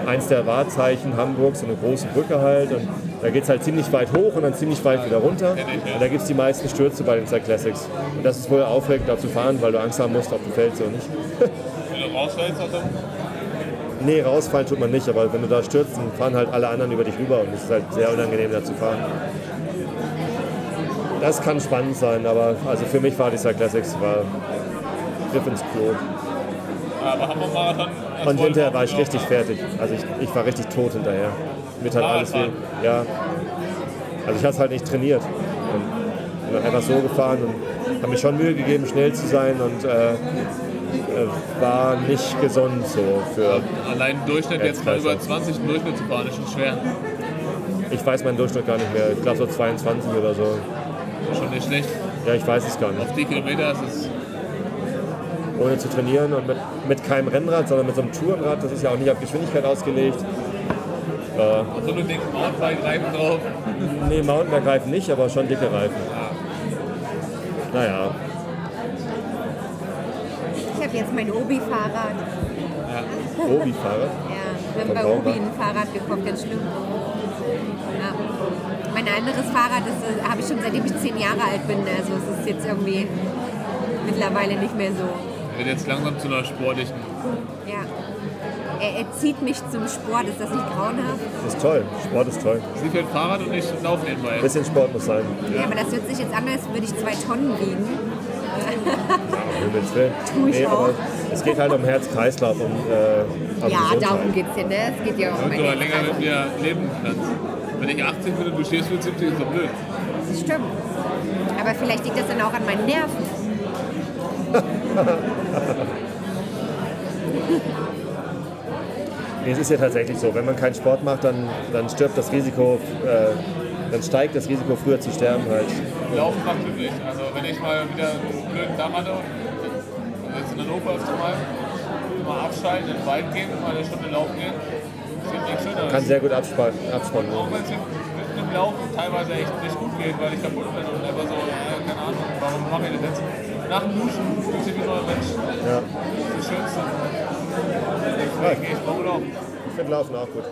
eins der Wahrzeichen Hamburgs, so eine große Brücke halt. Und da geht es halt ziemlich weit hoch und dann ziemlich weit wieder runter. Und da gibt es die meisten Stürze bei den Cyclassics. Und das ist wohl aufregend, da zu fahren, weil du Angst haben musst, ob du fällst oder nicht.
Wenn du rausfällst, dann
Nee, rausfallen tut man nicht, aber wenn du da stürzt, dann fahren halt alle anderen über dich rüber und es ist halt sehr unangenehm, da zu fahren. Das kann spannend sein, aber also für mich war die Cyclassics war Griff ins Klo.
aber Hamburg Marathon. das
Und
wollen
hinterher
wir
war ich
auch.
richtig fertig. Also ich, ich war richtig tot hinterher. Mir tat alles weh. Ja. Also ich hatte es halt nicht trainiert. Und bin dann einfach so gefahren und habe mir schon Mühe gegeben, schnell zu sein und äh, äh, war nicht gesund so für.
Allein Durchschnitt jetzt
Jetzt
mal
weiß
über
ich's.
20 im Durchschnitt zu fahren, ist schon schwer.
Ich weiß meinen Durchschnitt gar nicht mehr. Ich glaube so 22 oder so.
Schon nicht schlecht.
Ja, ich weiß es gar nicht.
Auf die Kilometer ist es.
Ohne zu trainieren und mit, mit keinem Rennrad, sondern mit so einem Tourenrad. Das ist ja auch nicht auf Geschwindigkeit ausgelegt.
Auf so einem dicken Mountainbike-Reifen drauf.
Nee, Mountainbike-Reifen nicht, aber schon dicke Reifen. Naja,
Ich habe jetzt mein Obi-Fahrrad.
Obi-Fahrer.
Ja, wir haben bei Obi ein Fahrrad gekauft, ganz schlimm. Ja. Mein anderes Fahrrad das, äh, habe ich schon seitdem ich zehn Jahre alt bin. Also es ist jetzt irgendwie mittlerweile nicht mehr so.
Wird jetzt langsam zu einer sportlichen.
Ja. Er, er zieht mich zum Sport. Ist das nicht grauenhaft?
Das ist toll. Sport ist toll.
Sie fährt Fahrrad und ich laufe nebenbei.
Ein bisschen Sport muss sein.
Ja, aber das hört sich jetzt an, als würde ich zwei Tonnen wiegen.
Um Himmels Willen.
Tu ich auch.
aber es geht halt um Herz-Kreislauf und äh, um
Ja,
Gesundheit.
darum geht es ja, ne? Es geht ja um
Und du
meine
länger mit mir leben kannst. Wenn ich 80 bin und du stehst mit 70, ist doch blöd.
Das stimmt. Aber vielleicht liegt das dann auch an meinen Nerven.
Nee, es ist ja tatsächlich so, wenn man keinen Sport macht, dann, dann stirbt das Risiko, äh, dann steigt das Risiko, früher zu sterben halt.
Laufen macht glücklich. Also wenn ich mal wieder einen blöden Damm hatte, und jetzt in Hannover öfter mal, mal abschalten, in den Wald gehen, mal eine Stunde laufen gehen. Das ist nichts Schöneres.
Kann sehr gut abspannen. abspannen.
auch wenn es mir mitten im Laufen teilweise echt nicht gut geht, weil ich kaputt bin und einfach so, äh, keine Ahnung, warum mache ich das jetzt? Nach dem Duschen fühlt sich wie ein neuer Mensch.
Ja.
É, Das ist das Schönste. Deswegen gehe ich mal laufen.
Ich finde Laufen auch gut.